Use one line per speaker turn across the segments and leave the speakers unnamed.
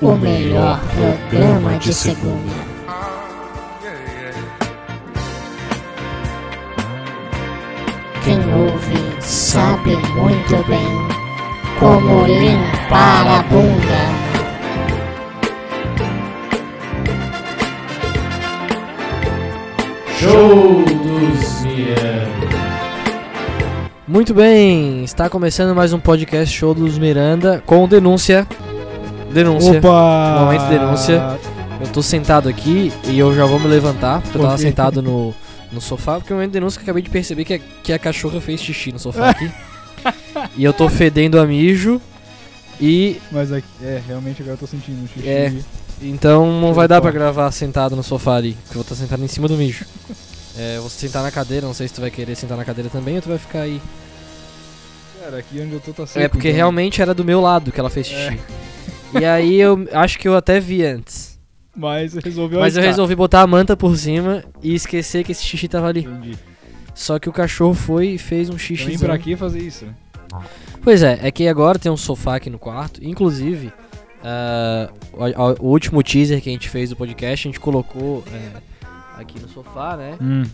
o melhor programa de segunda. Quem ouve sabe muito bem como limpar a bunda.
Show dos Miranda.
Muito bem, está começando mais um podcast show dos Miranda com denúncia. Denúncia.
Opa!
Momento denúncia. Eu tô sentado aqui e eu já vou me levantar, porque eu
Por
tava
quê?
sentado no, no sofá, porque o momento denúncia que eu acabei de perceber que a, que a cachorra fez xixi no sofá aqui. e eu tô fedendo a mijo. E
Mas aqui, é, realmente agora eu tô sentindo um xixi.
É. então não vai dar pra gravar sentado no sofá ali, que eu vou estar sentado em cima do mijo. É, eu vou sentar na cadeira, não sei se tu vai querer sentar na cadeira também ou tu vai ficar aí.
Cara, aqui onde eu tô tá seco.
É porque
então.
realmente era do meu lado que ela fez xixi. E aí eu acho que eu até vi antes.
Mas resolveu
Mas eu
arriscar.
resolvi botar a manta por cima e esquecer que esse xixi tava ali.
Entendi.
Só que o cachorro foi e fez um xixi.
Também pra que fazer isso? né?
Pois é, é que agora tem um sofá aqui no quarto. Inclusive, ah, o, o- o último teaser que a gente fez do podcast, a gente colocou é, aqui no sofá, né?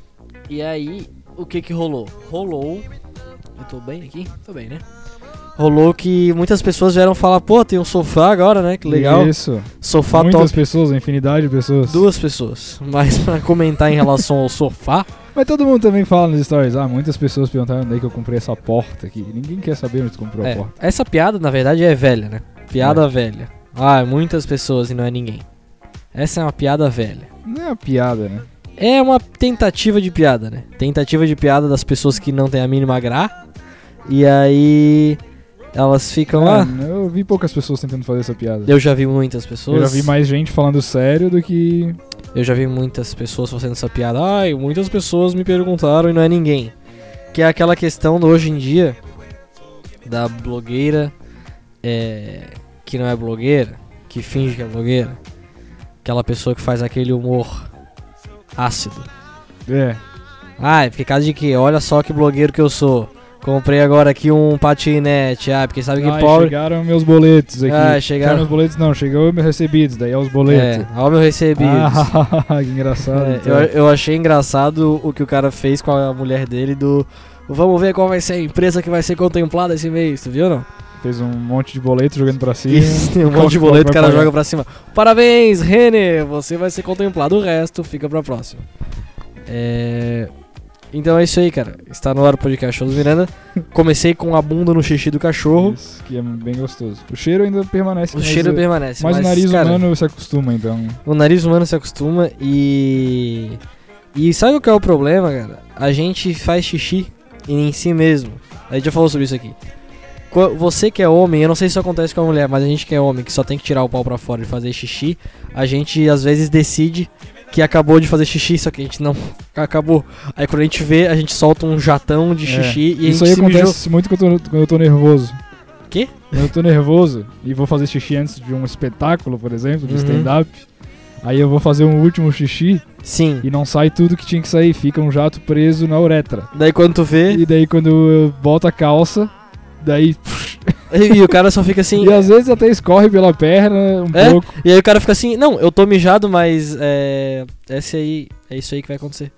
E aí, o que que rolou? Rolou. Eu tô bem aqui? Tô bem, né? Rolou que muitas pessoas vieram falar, pô, tem um sofá agora, né? Que legal.
Isso.
Sofá
Muitas
top.
pessoas, uma infinidade de pessoas.
Duas pessoas. Mas pra comentar em relação ao sofá,
Mas todo mundo também fala nos stories. Ah, muitas pessoas perguntaram onde é que eu comprei essa porta aqui. Ninguém quer saber onde tu comprou
é,
a porta.
essa piada na verdade é velha, né? Piada velha. Ah, é muitas pessoas e não é ninguém. Essa é uma piada velha.
Não é uma piada, né?
É uma tentativa de piada, né? Tentativa de piada das pessoas que não têm a mínima gra. E aí elas ficam Então lá.
Ah, eu vi poucas pessoas tentando fazer essa piada.
Eu já vi muitas pessoas.
Eu já vi mais gente falando sério do que.
Eu já vi muitas pessoas fazendo essa piada. Ai, muitas pessoas me perguntaram e não é ninguém. Que é aquela questão do hoje em dia da blogueira é, que não é blogueira, que finge que é blogueira. Aquela pessoa que faz aquele humor ácido.
É.
Ah, é porque caso de que, olha só que blogueiro que eu sou. Comprei agora aqui um patinete. Ah, porque sabe que
Ai,
pobre.
chegaram meus boletos aqui.
Ah, chegaram-
meus boletos, não, chegou meus recebidos, daí é os boletos.
É, olha o meu recebido.
Ah, que engraçado.
É,
então.
eu, eu achei engraçado o que o cara fez com a mulher dele do. Vamos ver qual vai ser a empresa que vai ser contemplada esse mês, tu viu não?
Fez um monte de boleto jogando pra cima.
Isso, tem um
Qual
monte de
que
boleto, o
vai
cara
pagar?
joga pra cima. Parabéns, Renner! Você vai ser contemplado, o resto fica pra próxima. É... Então é isso aí, cara. Está no ar o podcast Show dos Miranda. Comecei com a bunda no xixi do cachorro.
Isso, que é bem gostoso. O cheiro ainda permanece.
O
mas
cheiro
o-
permanece.
Mas,
mas,
o nariz
cara,
humano se acostuma, então.
O nariz humano se acostuma e. E sabe o que é o problema, cara? A gente faz xixi em si mesmo. A gente já falou sobre isso aqui. Qu- Você que é homem, eu não sei se isso acontece com a mulher, mas a gente que é homem, que só tem que tirar o pau pra fora e fazer xixi, a gente às vezes decide que acabou de fazer xixi, só que a gente não acabou. Aí quando a gente vê, a gente solta um jatão de
É.
xixi e
Isso
a
aí
gente se mijou.
acontece muito quando eu, tô, quando eu tô nervoso.
Quê?
Quando eu tô nervoso e vou fazer xixi antes de um espetáculo, por exemplo, de
Uhum.
stand-up. Aí eu vou fazer um último xixi
Sim.
e não sai tudo que tinha que sair, fica um jato preso na uretra.
Daí quando tu vê,
E daí quando eu boto a calça, daí.
e o cara só fica assim.
E às vezes até escorre pela perna um
É?
pouco.
E aí o cara fica assim, não, eu tô mijado, mas é. Esse aí. É isso aí que vai acontecer.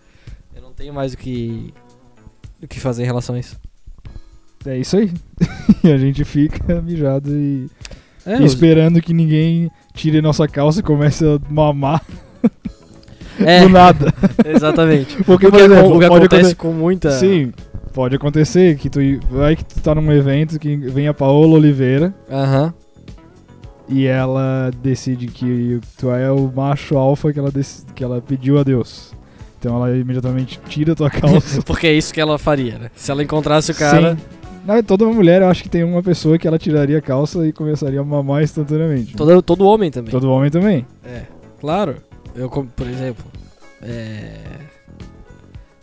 Eu não tenho mais o que. O que fazer em relação a isso.
É isso aí. e a gente fica mijado e,
É,
e esperando que ninguém tire nossa calça e comece a mamar
é
do nada.
exatamente.
Porque,
o que,
por
acon-
exemplo,
o que
pode
acontece Tá. com muita.
Sim, pode acontecer que tu vai que tu tá num evento que vem a Paola Oliveira
Aham.
e ela decide que tu é o macho alfa que ela, dec- que ela pediu a Deus. Então ela imediatamente tira tua calça.
Porque é isso que ela faria, né? Se ela encontrasse o cara.
Sim. Não, é toda mulher, eu acho que tem uma pessoa que ela tiraria a calça e começaria a mamar instantaneamente.
Todo, todo homem também.
Todo homem também.
É. Claro. Eu, como, por exemplo. É.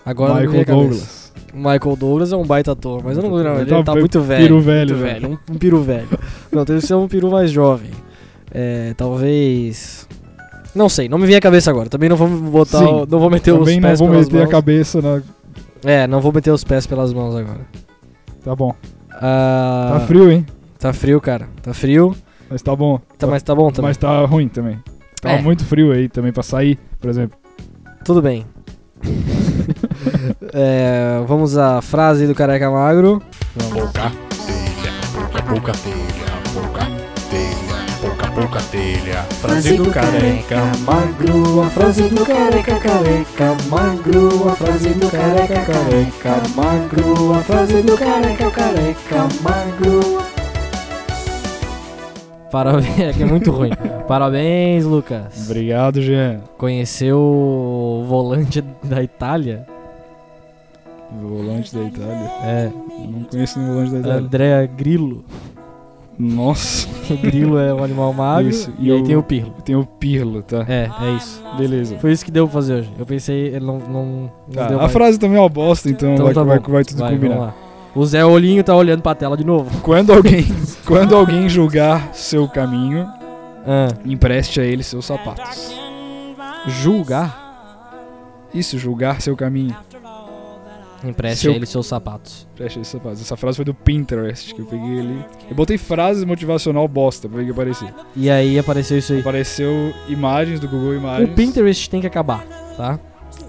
Agora não me
Michael
vem à cabeça.
Douglas.
Michael Douglas é um baita ator, mas eu não vou lembrar.
Ele
Ele
tá
tá
pe-
muito velho.
Piru velho,
muito
né?
velho. Um, um peru velho. não, deve ser um peru mais jovem. É, talvez. Não sei, não me vem à cabeça agora. Também não vou botar.
Sim.
o- não vou meter
também
os
não
pés
vou
pelas
meter a
mãos.
cabeça na.
É, não vou meter os pés pelas mãos agora.
Tá bom.
Ah,
Tá frio, hein?
Tá frio, cara. Tá frio.
Mas tá bom.
Tá, mas tá bom também.
Mas tá ruim também. Tava
É.
muito frio aí também pra sair, por exemplo.
Tudo bem. É, vamos à frase do careca magro.
pouca telha, pouca, pouca telha, pouca telha, pouca, pouca telha. Frase do careca magro, a frase do careca careca magro, a frase do careca careca magro, a frase do careca careca magro.
Parabéns, é que é muito ruim. Parabéns, Lucas.
Obrigado, Jean.
Conheceu o volante da Itália?
Volante da Itália.
É,
Não conheço nenhum volante da Itália.
Andrea Grillo.
Nossa.
O Grillo é um animal magro.
Isso,
E,
e
aí
o-
tem o Pirlo.
Tem o Pirlo, tá?
É, é isso.
Beleza.
Foi isso que deu pra fazer hoje. Eu pensei, ele não, não, não
Tá,
deu
a
mais.
frase também é uma bosta, então,
Então
vai,
tá
vai,
bom.
vai tudo
Vai,
combinar.
vamos lá. O Zé Olhinho tá olhando pra tela de novo.
Quando alguém, quando alguém julgar seu caminho,
Ah,
É. empreste a ele seus sapatos.
julgar?
Isso, julgar seu caminho.
Empreste
Seu-
a ele seus sapatos.
Empreste a ele seus sapatos. Essa frase foi do Pinterest que eu peguei ali. Eu botei frase motivacional bosta pra ver o que aparecer.
E aí apareceu isso aí.
Apareceu imagens do Google Imagens.
O Pinterest tem que acabar, tá?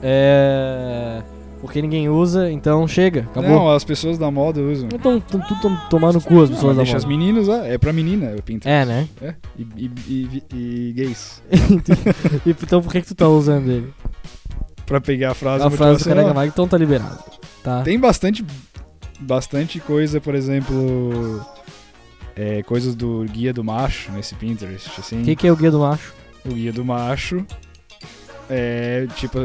É. Porque ninguém usa, então chega, acabou.
Não, as pessoas da moda usam.
Então, tão tudo tão tomando cu as pessoas da
Não, deixa as
moda.
meninas, é, é pra menina, o Pinterest.
É, né?
É. E, e, e- e- e gays.
E então por que, que tu tá usando ele?
Pra pegar a frase
A frase do
motivacional.
careca magro, então tá liberado. Tá?
Tem bastante bastante coisa, por exemplo, é, coisas do guia do macho nesse Pinterest, assim.
O que, que é o guia do macho?
O guia do macho é tipo,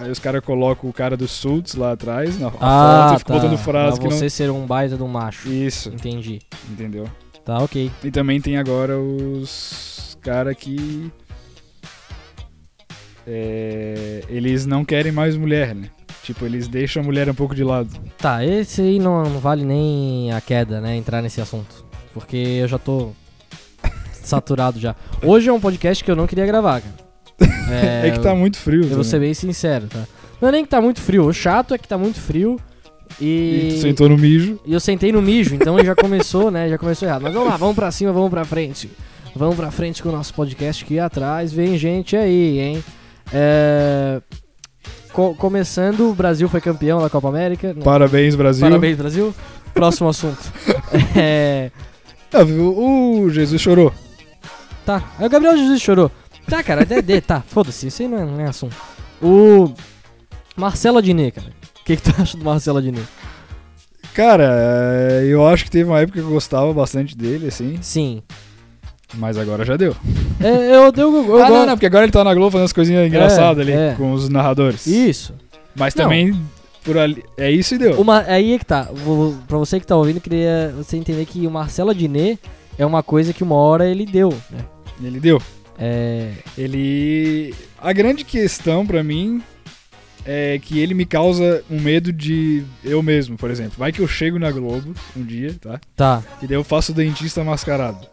aí os caras colocam o cara do Suits lá atrás na foto e ficam botando frase
Ah, tá. pra
que
você ser um baita de um macho.
não isso,
Entendi.
entendeu?
Tá, ok.
E também tem agora os cara que é, eles não querem mais mulher, né? Tipo, eles deixam a mulher um pouco de lado.
Tá, esse aí não, não vale nem a queda, né? Entrar nesse assunto. Porque eu já tô saturado já. Hoje é um podcast que eu não queria gravar, cara.
É, que tá muito frio.
Eu vou
também.
ser bem sincero, tá? Não é nem que tá muito frio, o chato é que tá muito frio
E tu
e.
sentou no mijo.
e eu sentei no mijo, então já começou, né? Já começou errado. Mas vamos lá, vamos pra cima, vamos pra frente. Vamos pra frente com o nosso podcast que atrás vem gente aí, hein? É, co- começando, o Brasil foi campeão da Copa América. né?
Parabéns, Brasil.
Parabéns, Brasil. Próximo assunto. É,
Ah, viu? o Jesus chorou.
Tá. Aí o Gabriel Jesus chorou. Tá, cara, até de, tá, foda-se, isso aí não é, não é assunto. O. Marcelo Adnet, cara. O que, que tu acha do Marcelo Adnet?
Cara, é, eu acho que teve uma época que eu gostava bastante dele, assim,
Sim.
mas agora já deu.
É, eu eu, eu, eu
ah, não,
gosto-
não, porque agora ele tá na Globo fazendo as coisinhas engraçadas ali
é.
com os narradores.
Isso.
Mas
Não.
também por ali. É isso e deu.
Uma, aí é que tá. Vou, pra você que tá ouvindo, eu queria você entender que o Marcelo Adnet é uma coisa que uma hora ele deu, né?
Ele deu.
É.
Ele. A grande questão pra mim é que ele me causa um medo de eu mesmo, por exemplo. Vai que eu chego na Globo um dia, tá?
Tá.
E daí eu faço dentista mascarado.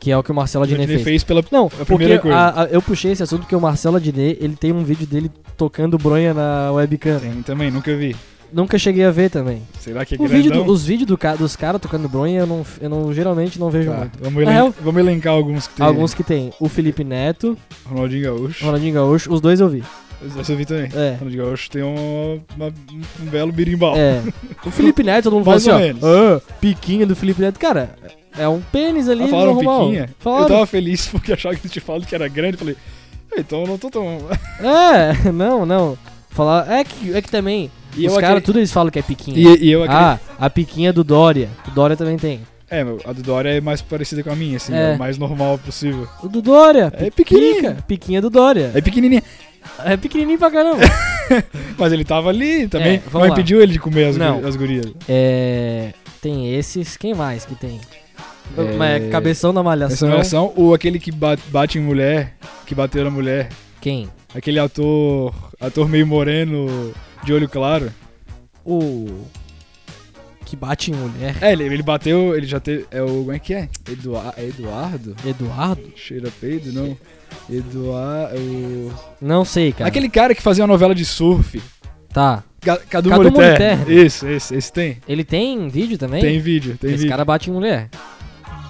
Que é o que o Marcelo Adnet
ele
fez.
fez pela
Não,
primeira
porque
coisa.
a- a- eu puxei esse assunto porque o Marcelo Adnet, ele tem um vídeo dele tocando bronha na webcam.
Tem também, nunca vi.
Nunca cheguei a ver também.
Será que é
O
grandão?
vídeo do- os vídeos do ca- dos caras tocando bronha eu, não, eu não- geralmente não vejo
Tá,
muito.
vamos,
Na
elen-
real-
vamos elencar alguns que tem.
É Alguns que tem. O Felipe Neto,
Ronaldinho Gaúcho.
Ronaldinho Gaúcho, os dois eu vi.
Esse eu vi também.
É.
Ronaldinho Gaúcho tem um, uma- um belo birimbau.
é. O Felipe Neto, todo mundo fala
Mais
assim, ó.
ou menos.
"Ah, piquinha do Felipe Neto. Cara, é um pênis ali.
Ah, falaram
normal.
piquinha?
Falaram.
Eu tava feliz porque achava que eles tinham falado que era grande. Falei, "Ah, então eu não tô tão...
É, não, não. Falar. É que, é que também.
E
os
eu
caras,
acre-
tudo eles falam que é piquinha.
E, e eu acredito...
Ah, a piquinha do Dória. O Dória também tem.
É, meu, a do Dória é mais parecida com a minha, assim.
É.
É. o mais normal possível.
O do Dória. piquinha.
É pequenininha.
Piquinha do Dória.
É pequenininha.
É pequenininho pra caramba.
Mas ele tava ali também.
É, vamos
não
lá.
impediu ele de comer as,
Não.
guri- as gurias.
É. Tem esses. Quem mais que tem?
É,
Mas Cabeção da
Essa é
Malhação.
nomeação, ou aquele que ba- bate em mulher, que bateu na mulher.
Quem?
Aquele ator, ator meio moreno, de olho claro.
O. Que bate em mulher.
É, ele, ele bateu, ele já teve. É o. Como é que é? Eduardo. É Eduardo?
Eduardo?
Cheira peido, não? Eduardo. O...
Não sei, cara.
Aquele cara que fazia uma novela de surf.
Tá.
Ca- Cadu,
Cadu
Moliterno.
Moliterno.
Isso, esse, esse tem.
Ele tem vídeo também?
Tem vídeo, tem
Esse
vídeo.
cara bate em mulher.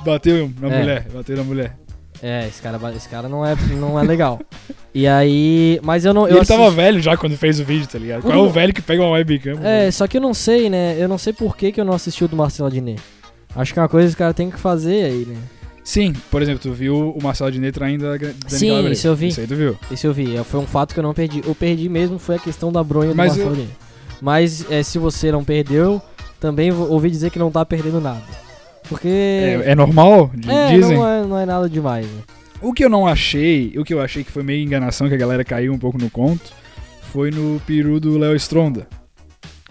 Bateu na
É.
mulher, bateu na mulher.
É, esse cara, ba- esse cara não, é, não é legal. e aí. Mas eu não.
E
Eu
ele tava
assisti-
velho já quando fez o vídeo, tá ligado? Qual é
Uhum.
o velho que pega uma webcam?
É, só que eu não sei, né? Eu não sei por que, que eu não assisti o do Marcelo Adnet. Acho que é uma coisa que o cara tem que fazer aí, né?
Sim, por exemplo, tu viu o Marcelo Dinet traindo a Gra- Dani
Sim,
Calabresa.
isso eu vi.
Isso aí tu viu.
Isso eu vi, é, foi um fato que eu não perdi. Eu perdi mesmo foi a questão da bronha do
Mas
Marcelo Adnet. Mas é, se você não perdeu, também vou- ouvi dizer que não tá perdendo nada. Porque.
É, é normal? D-
É,
Dizem.
não é, não é nada demais. Né?
O que eu não achei, o que eu achei que foi meio enganação, que a galera caiu um pouco no conto, foi no peru do Léo Stronda.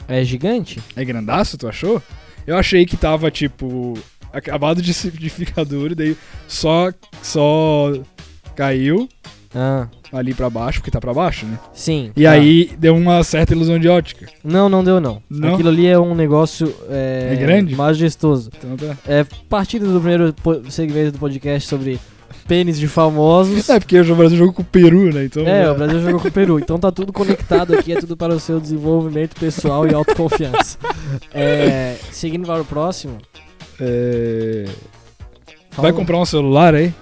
É gigante?
É grandaço, tu achou? Eu achei que tava, tipo, acabado de, se- de ficar duro, daí só, só caiu
Ah,
ali pra baixo, porque tá pra baixo, né?
sim.
E
tá.
aí deu uma certa ilusão de ótica.
Não, não deu não.
Não?
Aquilo ali é um negócio. É,
É grande?
Majestoso.
Então tá.
É partida do primeiro po- segmento do podcast sobre pênis de famosos.
É porque o Brasil jogou com o Peru, né? Então.
É, o Brasil jogou com o Peru, então tá tudo conectado aqui, é tudo para o seu desenvolvimento pessoal e autoconfiança. É, seguindo para o próximo.
é,
fala-
Vai comprar um celular aí?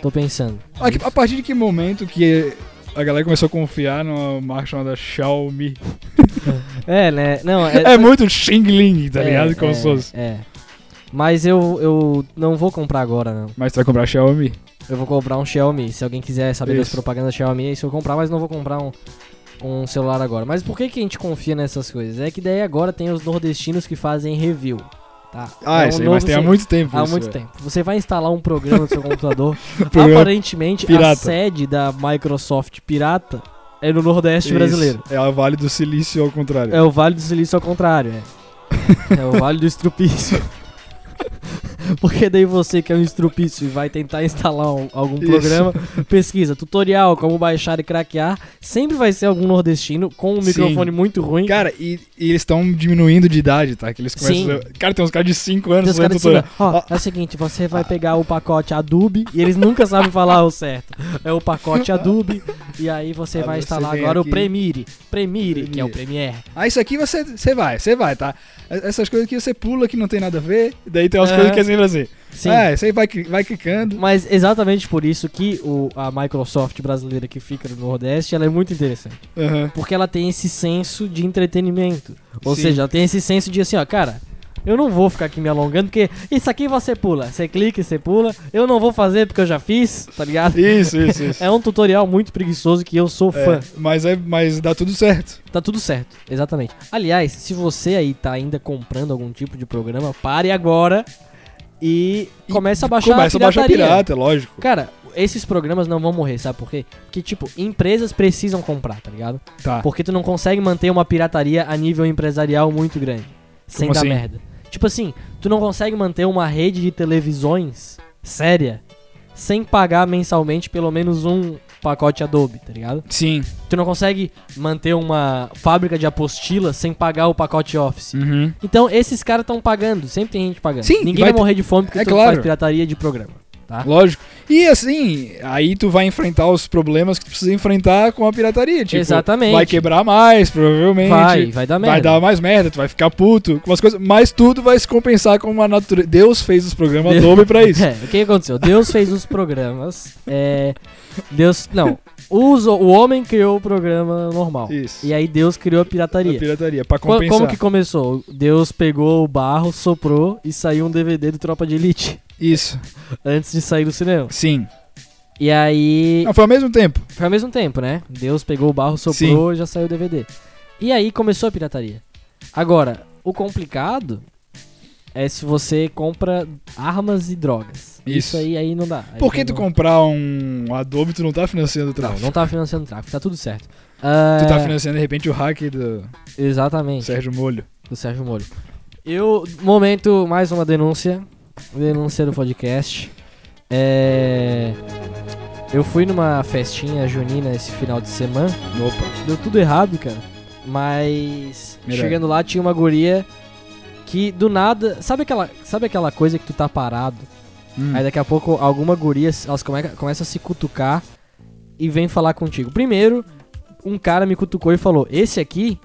Tô pensando.
A, que- a partir de que momento que a galera começou a confiar numa marca chamada Xiaomi?
É, né? Não, é.
É muito xingling, tá ligado? Como
é,
se fosse.
É. Mas eu, eu não vou comprar agora, não.
Mas tu vai comprar Xiaomi?
Eu vou comprar um Xiaomi. Se alguém quiser saber das
Isso.
propagandas Xiaomi, é isso que eu vou comprar, mas não vou comprar um, um celular agora. Mas por que, que a gente confia nessas coisas? É que daí agora tem os nordestinos que fazem review. Tá?
Ah,
É um
isso aí,
novo
mas tem há
se-
muito tempo.
Há
isso,
muito
é.
tempo. Você vai instalar um programa no seu computador.
Programa
Aparentemente, a
pirata.
sede da Microsoft pirata é no Nordeste
Isso.
brasileiro.
É a Vale do Silício ao contrário.
É o Vale do Silício ao contrário, é. É o Vale do Estrupício. Porque daí você que é um estrupício e vai tentar instalar um- algum
Isso.
programa, pesquisa, tutorial, como baixar e craquear, sempre vai ser algum nordestino com um
Sim.
microfone muito ruim.
Cara, e, e eles estão diminuindo de idade, tá? Que eles começam. Cara, tem uns caras de 5 anos
Tem Então os caras
fazendo
que ensinam,
tutorial.
ó, é o seguinte, você
Ah.
vai pegar o pacote Adobe e eles nunca sabem falar o certo. É o pacote Adobe e aí você
Ah,
vai
você
instalar
vem
agora o
aqui.
Premiere, Premiere, que é o Premiere.
Ah, isso aqui você, você vai, você vai, tá? Essas coisas que você pula que não tem nada a ver, daí tem umas
Aham.
coisas que é sempre assim.
Sim.
Ah, isso aí vai, cli- vai clicando.
Mas exatamente por isso que o, a Microsoft brasileira que fica no Nordeste, ela é muito interessante.
Aham.
Porque ela tem esse senso de entretenimento. Ou
Sim.
seja, ela tem esse senso de assim, ó, cara, eu não vou ficar aqui me alongando, porque isso aqui você pula. Você clica e você pula. Eu não vou fazer porque eu já fiz, tá ligado?
Isso, isso, isso.
É um tutorial muito preguiçoso que eu sou fã.
É, mas, é, mas dá tudo certo.
Tá tudo certo, exatamente. Aliás, se você aí tá ainda comprando algum tipo de programa, pare agora e
E
comece a baixar
Começa a baixar
pirataria.
pirata, é lógico.
Cara, esses programas não vão morrer, sabe por quê? Porque, tipo, empresas precisam comprar, tá ligado?
Tá.
Porque tu não consegue manter uma pirataria a nível empresarial muito grande. Sem
Como
dar
assim?
merda. Tipo assim, tu não consegue manter uma rede de televisões séria sem pagar mensalmente pelo menos um pacote Adobe, tá ligado?
Sim.
Tu não consegue manter uma fábrica de apostila sem pagar o pacote Office.
Uhum.
Então esses caras estão pagando, sempre tem gente pagando.
Sim,
Ninguém
vai
vai,
ter-
morrer de fome porque
é
tu
claro.
faz pirataria de programa. Tá?
Lógico. E assim, aí tu vai enfrentar os problemas que tu precisa enfrentar com a pirataria. Tipo,
Exatamente.
vai quebrar mais, provavelmente.
Vai, vai dar merda.
Vai dar mais merda, tu vai ficar puto com as coisas. Mas tudo vai se compensar com a natureza. Deus fez os programas
Deus-
Adobe pra isso.
É, o que aconteceu? Deus fez os programas. É, Deus. Não. Os, o homem criou o programa normal.
Isso.
E aí Deus criou a pirataria.
A pirataria, pra
Co-
compensar.
Como que começou? Deus pegou o barro, soprou e saiu um DVD do Tropa de Elite
Isso,
antes de sair do cinema.
sim.
E aí.
Não, foi ao mesmo tempo.
Foi ao mesmo tempo, né? Deus pegou o barro, soprou e já saiu o DVD. E aí começou a pirataria. Agora, o complicado é se você compra armas e drogas. Isso,
Isso.
aí aí não dá. Aí
Por que
não-
tu comprar um Adobe tu não tá financiando o
Não,
tráfico?
não tá financiando tráfico, tá tudo certo. Ah,
Tu tá financiando de repente o hack do
Exatamente,
Sérgio Molho.
do Sérgio Moro. Eu, momento, mais uma denúncia. Denúncia do podcast. É. Eu fui numa festinha junina esse final de semana.
Opa.
Deu tudo errado, cara. Mas
Miranda.
chegando lá tinha uma guria que do nada, sabe aquela, sabe aquela coisa que tu tá parado?
Hum.
Aí daqui a pouco alguma guria, elas come- começam a se cutucar e vem falar contigo. Primeiro, um cara me cutucou e falou: "Esse aqui?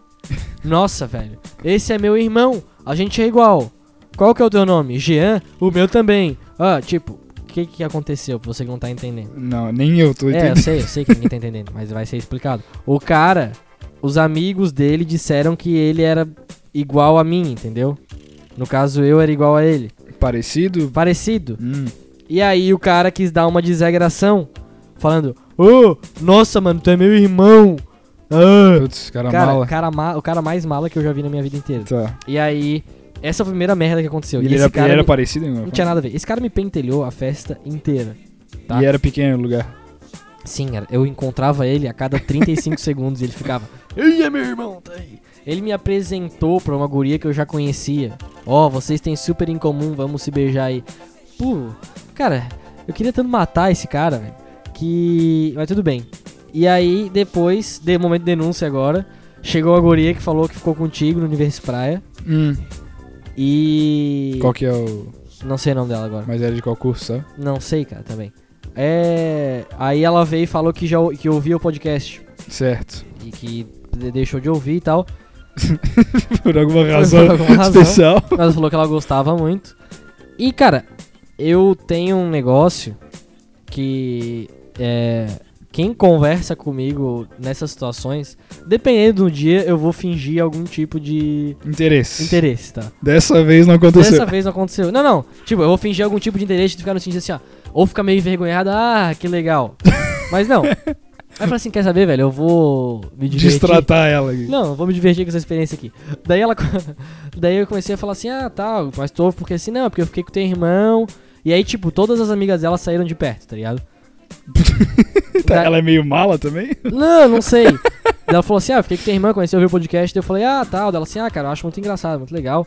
Nossa, velho. Esse é meu irmão. A gente é igual. Qual que é o teu nome? Jean? O meu também. Ah, tipo, o que que aconteceu pra você que não tá entendendo?
Não, nem eu tô
É, eu
entendendo.
sei, eu sei que ninguém tá entendendo, mas vai ser explicado. O cara, os amigos dele disseram que ele era igual a mim, entendeu? No caso, eu era igual a ele.
Parecido?
Parecido.
Hum.
E aí o cara quis dar uma desagração, falando: Ô, nossa, mano, tu é meu irmão. Ah.
Putz, cara, é
Cara,
mala.
cara ma- o cara mais mala que eu já vi na minha vida inteira.
Tá.
E aí, essa foi a primeira merda que aconteceu.
E
e
ele
esse
era,
cara
ele era
me-
parecido, hein,
não tinha nada a ver. Esse cara me pentelhou a festa inteira. tá?
E era pequeno o lugar.
Sim, cara, eu encontrava ele a cada 35 segundos e ele ficava. Ei, é meu irmão, tá aí. Ele me apresentou pra uma guria que eu já conhecia. Ó, vocês têm super em comum, vamos se beijar aí. Pô, cara, eu queria tanto matar esse cara, velho. Que. Mas tudo bem. E aí, depois, de momento de denúncia agora, chegou a guria que falou que ficou contigo no Universo Praia.
Hum.
E.
Qual que é o.
Não sei o nome dela agora.
Mas era de qual curso, sabe?
Não sei, cara, também. É. Aí ela veio e falou que já ou- que ouvia o podcast
Certo.
e que de- deixou de ouvir e tal.
Por alguma
Por
razão
alguma razão.
especial.
Mas ela falou que ela gostava muito. E, cara, eu tenho um negócio que é. Quem conversa comigo nessas situações, dependendo do dia, eu vou fingir algum tipo de
Interesse.
interesse, tá?
Dessa vez não aconteceu.
Dessa vez não aconteceu. Não, não. Tipo, eu vou fingir algum tipo de interesse de ficar no sentido assim, ó. Ou ficar meio envergonhado, ah, que legal. Mas não. Aí fala assim, quer saber, velho? Eu vou me divertir.
Destratar ela aqui.
Não, eu vou me divertir com essa experiência aqui. Daí ela. co- Daí eu comecei a falar assim, ah, tal, mas tô porque assim, não, porque eu fiquei com teu irmão. E aí, tipo, todas as amigas dela saíram de perto, tá ligado?
Tá,
Da-
Ela é meio mala também?
Não, não sei. Daí ela falou assim: ah, eu fiquei com tua irmã, comecei a ouvir o podcast. Daí eu falei: ah, tal. Daí ela assim: ah, cara, eu acho muito engraçado, muito legal.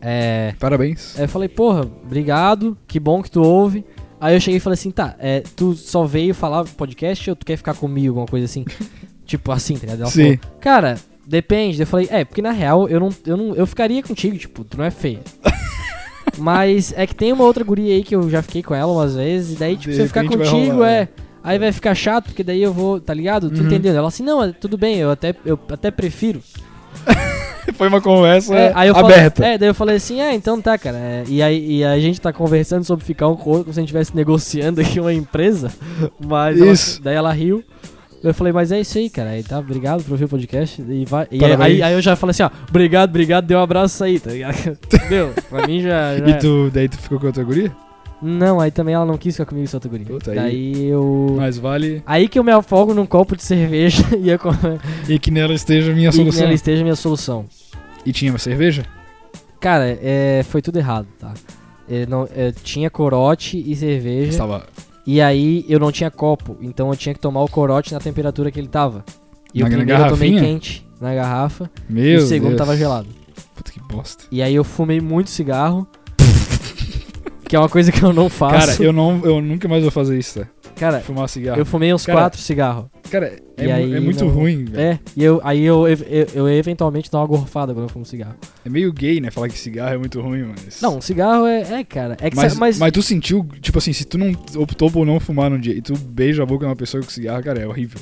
É.
Parabéns.
Aí eu falei: porra, obrigado, que bom que tu ouve. Aí eu cheguei e falei assim: tá, é, tu só veio falar podcast ou tu quer ficar comigo, alguma coisa assim? tipo assim, tá ligado? Ela falou,
Sim.
Cara, depende. Eu falei, é, porque na real eu não, eu não. Eu ficaria contigo, tipo, tu não é feia. Mas é que tem uma outra guria aí que eu já fiquei com ela umas vezes, e daí, tipo,
De
se eu ficar
repente vai
contigo,
rolar,
é.
né?
Aí vai ficar chato, porque daí eu vou, tá ligado? Tu
Uhum.
entendendo? Ela assim, não, é, tudo bem, eu até, eu até prefiro.
Foi uma conversa
É, aí eu
aberta.
Falei, é, daí eu falei assim, é, então tá, cara. é, e aí e a gente tá conversando sobre ficar um com o outro como se a gente estivesse negociando aqui uma empresa. Mas ela-
Isso.
daí ela riu. Eu falei, mas é isso aí, cara. Aí tá, obrigado por ouvir o podcast. E, vai, e
Parabéns.
aí, aí eu já falei assim, ó, obrigado, obrigado, deu um abraço aí, tá ligado? Deu. Pra mim já. já
E tu, daí tu ficou com outra guria?
Não, aí também ela não quis ficar comigo e só guria.
Puta, aí-
Daí eu.
Mas vale.
Aí que eu me afogo num copo de cerveja e eu come-
E que nela esteja a minha
e que
solução.
ela esteja a minha solução.
E tinha uma cerveja?
Cara, é, foi tudo errado, tá? É, não, é, tinha corote e cerveja.
Estava
E aí eu não tinha copo, então eu tinha que tomar o corote na temperatura que ele tava. E
Na
o
gra-
primeiro eu tomei
garrafinha?
quente na garrafa
Meu
e o segundo
Deus.
tava gelado.
Puta que bosta.
E aí eu fumei muito cigarro. que é uma coisa que eu não faço.
Cara, eu, não, eu nunca mais vou fazer isso, tá?
Cara,
Fumar cigarro.
eu fumei uns
Cara,
quatro cigarros.
Cara, é,
E
mu-
aí
é muito
não-
ruim, velho.
É, e eu, aí eu, eu, eu eventualmente dou uma gorfada quando eu fumo cigarro.
É meio gay, né? Falar que cigarro é muito ruim, mas.
Não, cigarro é, é cara. É que
mas,
sa-
mas... tu sentiu, tipo assim, se tu não optou por não fumar num dia e tu beija a boca de uma pessoa com cigarro, cara, é horrível.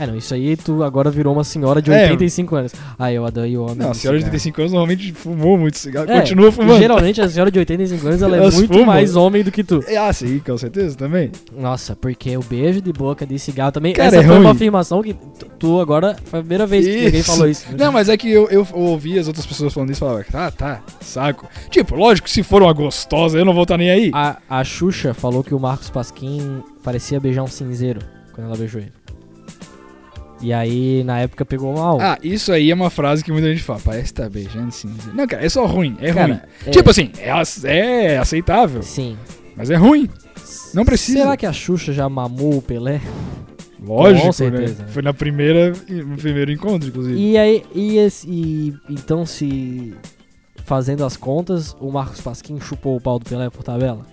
É, não, isso aí tu agora virou uma senhora de
É.
85 anos. Ah, eu adorei o homem.
Não, a
do
senhora de
cigarro.
35 anos normalmente fumou muito cigarro,
É,
continua fumando.
Geralmente a senhora de 85 anos ela é
Elas
muito
fumam.
mais homem do que tu.
É, Ah, sim, com certeza também.
Nossa, porque o beijo de boca de cigarro também.
Cara,
essa
é
foi uma
ruim.
afirmação que tu- tu agora foi a primeira vez que ninguém
Isso.
falou isso.
Não, mas é que eu, eu ouvi as outras pessoas falando isso e falava, tá, tá, saco. Tipo, lógico, se for uma gostosa, eu não vou estar nem aí.
A, a Xuxa falou que o Marcos Pasquim parecia beijar um cinzeiro quando ela beijou ele. E aí, na época, pegou mal.
Ah, isso aí é uma frase que muita gente fala, parece que tá beijando cinza. Não, cara, é só ruim, é ruim.
Cara, é-
Tipo assim, é, ace- é aceitável,
Sim.
mas é ruim. Não precisa.
Será que a Xuxa já mamou o Pelé?
Lógico,
Com certeza,
né?
né?
Foi na primeira, no primeiro encontro, inclusive.
E aí, e, esse- e- então se fazendo as contas, o Marcos Pasquim chupou o pau do Pelé por tabela?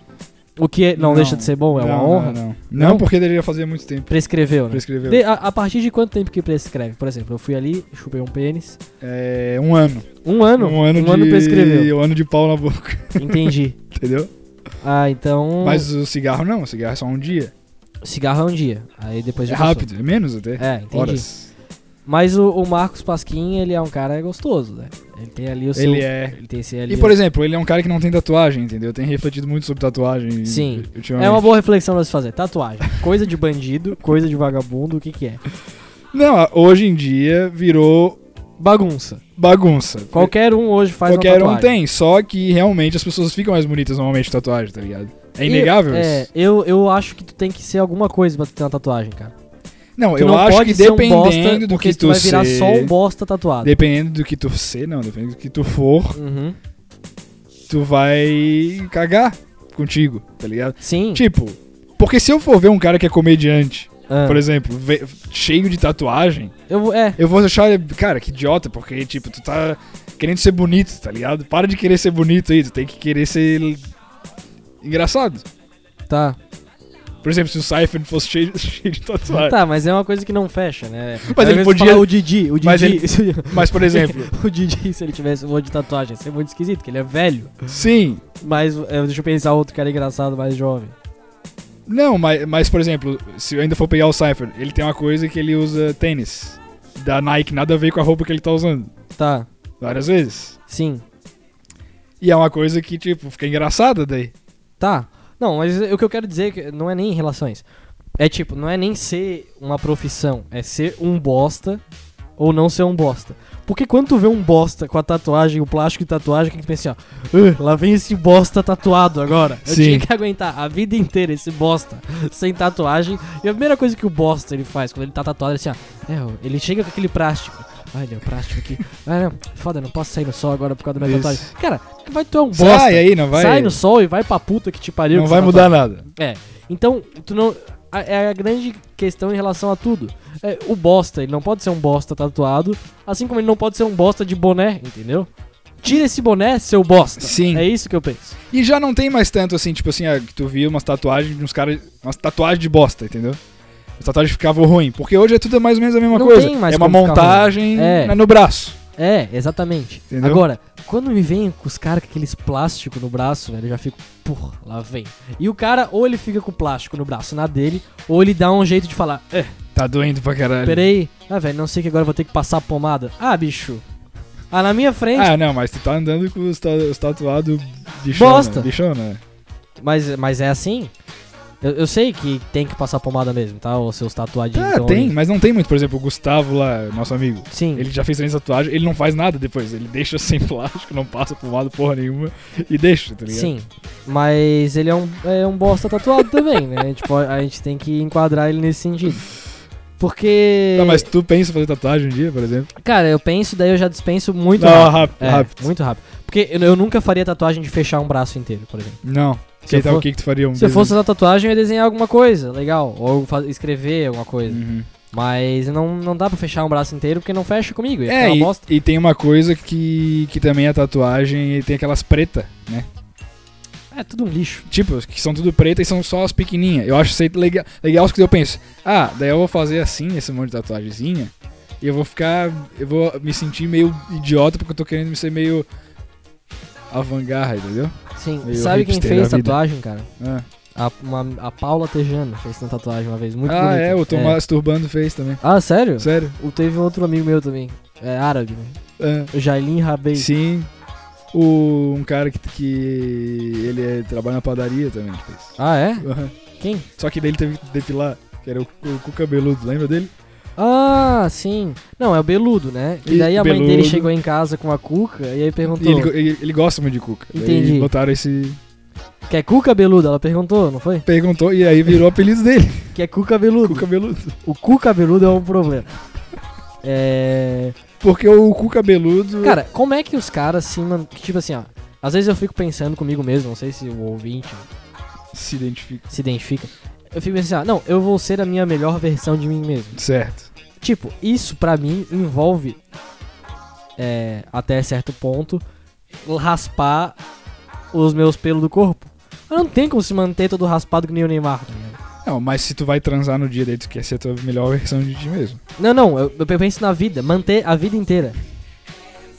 O que não,
Não,
deixa de ser bom, é uma
Não,
honra.
Não, não.
Não?
Não, porque deveria fazer muito tempo.
Prescreveu, né?
Prescreveu.
De- a, a partir de quanto tempo que prescreve? Por exemplo, eu fui ali, chupei um pênis.
É, um ano.
Um ano?
Um ano de...
prescreveu.
Um ano de pau na boca,
Entendi.
entendeu?
Ah, então.
Mas o cigarro não, o cigarro é só um dia.
Cigarro é um dia. Aí depois
É
já passou.
rápido, é menos até.
É, entendi.
Horas.
Mas o, o Marcos Pasquim, ele é um cara gostoso, né? Ele tem ali o seu.
Ele é.
um- Ele tem esse ali.
E, por exemplo, ele é um cara que não tem tatuagem, entendeu? Tem refletido muito sobre tatuagem.
Sim.
ultimamente.
É uma boa reflexão pra se fazer. Tatuagem. Coisa de bandido, coisa de vagabundo, o que que é?
Não, a- hoje em dia virou
Bagunça.
bagunça.
Qualquer um hoje faz uma
Qualquer um
tatuagem.
tem, só que realmente as pessoas ficam mais bonitas normalmente com tatuagem, tá ligado? É
E-
inegável
É,
isso?
eu, eu acho que tu tem que ser alguma coisa pra tu ter uma tatuagem, cara.
Não,
Tu
eu
não
acho
pode
que
ser um
dependendo
bosta,
do
porque
que
tu
tu
vai virar
ser,
só um bosta tatuado.
Dependendo do que tu ser, não, dependendo do que tu for,
Uhum.
tu vai cagar contigo, tá ligado?
Sim.
Tipo, porque se eu for ver um cara que é comediante,
Ah,
por exemplo, ve- cheio de tatuagem,
eu vou- é,
eu vou achar, ele- cara, que idiota, porque, tipo, tu tá querendo ser bonito, tá ligado? Para de querer ser bonito aí, tu tem que querer ser l- engraçado.
tá.
Por exemplo, se o Seifert fosse cheio, cheio de tatuagem.
Tá, mas é uma coisa que não fecha, né?
Mas
Às
ele
vezes
podia-
falar o Didi, o Didi.
Mas ele- Mas, por exemplo,
o Didi, se ele tivesse um monte de tatuagem, ia ser muito esquisito, porque ele é velho.
sim.
Mas é, deixa eu pensar outro cara engraçado, mais jovem.
Não, mas, mas, por exemplo, se eu ainda for pegar o Seifert, ele tem uma coisa que ele usa tênis. Da Nike, nada a ver com a roupa que ele tá usando.
Tá,
Várias vezes.
sim.
E é uma coisa que, tipo, fica engraçada daí.
Tá. Não, mas o que eu quero dizer é que não é nem em relações. É tipo, não é nem ser uma profissão, é ser um bosta ou não ser um bosta. Porque quando tu vê um bosta com a tatuagem, o plástico de tatuagem, que tu pensa assim, ó, "Ah, lá vem esse bosta tatuado agora. Eu
Sim.
tinha que aguentar a vida inteira esse bosta sem tatuagem. E a primeira coisa que o bosta ele faz quando ele tá tatuado é assim, ó, é, ó, ele chega com aquele plástico. Olha, o plástico aqui. Ah, não, foda, não posso sair no sol agora por causa da minha
Isso.
tatuagem. Cara, que vai tu é um bosta.
Sai aí, não vai.
Sai no sol e vai pra puta que te pariu.
não
que
vai
você
mudar nada.
tá- É. Então, tu não. a- É a grande questão em relação a tudo. É, o bosta, ele não pode ser um bosta tatuado, assim como ele não pode ser um bosta de boné, entendeu? Tira esse boné, seu bosta.
Sim.
É isso que eu penso.
E já não tem mais tanto assim, tipo assim, ah, que tu via umas tatuagens de uns caras. Umas tatuagens de bosta, entendeu? As tatuagens ficavam ruim. Porque hoje é tudo mais ou menos a mesma
Não
coisa.
tem mais
é uma
como ficar
montagem
ruim. É.
na- no braço.
É, exatamente.
Entendeu?
Agora, quando me vem com os caras com aqueles plásticos no braço, velho, eu já fico, porra, lá vem. E o cara, ou ele fica com o plástico no braço na dele, ou ele dá um jeito de falar, é,
Tá doendo pra caralho.
Peraí. Ah, velho, não sei que agora eu vou ter que passar pomada. Ah, bicho. Ah, na minha frente.
Ah, não, mas tu tá andando com os, ta os tatuados bichona.
Bosta.
Bichona.
Mas, mas é assim? Eu, eu sei que tem que passar pomada mesmo, tá? Os seus tatuadinhos.
Tá,
então, Hum.
tem,
ali.
mas não tem muito. Por exemplo, o Gustavo lá, nosso amigo.
Sim.
Ele já fez três tatuagens, ele não faz nada depois. Ele deixa sem plástico, não passa pomada porra nenhuma e deixa, tá ligado?
Sim. Mas ele é um, é um bosta tatuado também, né? Tipo, a, a gente tem que enquadrar ele nesse sentido. Porque.
Tá, mas tu pensa em fazer tatuagem um dia, por exemplo?
Cara, eu penso, daí eu já dispenso muito
não,
rápido.
rápido.
É,
Ah, rápido.
muito rápido. Porque eu, eu nunca faria tatuagem de fechar um braço inteiro, por exemplo.
Não.
Se
Se
eu
tá,
for-
o que que tu faria um
Se eu
desenho?
fosse usar tatuagem, eu ia desenhar alguma coisa legal. Ou fa- escrever alguma coisa.
Uhum.
Mas não, não dá pra fechar um braço inteiro porque não fecha comigo. Ia ficar
É,
uma
e,
bosta.
e tem uma coisa que, que também é tatuagem e tem aquelas preta, né?
É tudo um lixo.
Tipo, que são tudo preta e são só as pequenininhas. Eu acho isso aí legal, legal que eu penso. Ah, daí eu vou fazer assim, esse monte de tatuagemzinha. E eu vou ficar. Eu vou me sentir meio idiota porque eu tô querendo me ser meio. Avangarra, entendeu?
Sim.
Meio
Sabe quem
hipster
fez
da vida.
tatuagem, cara?
Ah,
A, uma- a Paula Tejano fez uma tatuagem uma vez. Muito
Ah,
bonita.
é, o Tom Masturbando fez também.
Ah, sério?
Sério?
O- Teve um outro amigo meu também. É árabe, né?
Ah,
O Jailin Rabei.
sim. O, um cara que, que ele é- trabalha na padaria também fez.
Ah, é?
Aham.
Quem?
Só que daí ele teve que depilar, que era o, o cu cabeludo, lembra dele?
Ah, sim. Não, é o Beludo, né? E
E-
daí a mãe dele
Beludo.
chegou em casa com a cuca e aí perguntou:
E ele, go- ele, ele gosta muito de cuca. Daí
Entendi.
botaram esse.
Quer cuca beludo? Ela perguntou, não foi?
Perguntou e aí virou o apelido dele,
Quer cuca beludo?
cu cabeludo.
O cu cabeludo é um problema. É.
Porque o cu cabeludo.
Cara, como é que os caras se. man- que, Tipo assim, ó. Às vezes eu fico pensando comigo mesmo, não sei se o ouvinte
se identifica.
se identifica. Eu fico pensando assim, ó, não, eu vou ser a minha melhor versão de mim mesmo.
Certo.
Tipo, isso pra mim envolve. é, até certo ponto. Raspar os meus pelos do corpo. Mas não tem como se manter todo raspado que nem o Neymar. tá ligado?
Não, mas se tu vai transar no dia daí, tu quer ser a tua melhor versão de ti mesmo.
Não, não, eu, eu penso na vida, manter a vida inteira.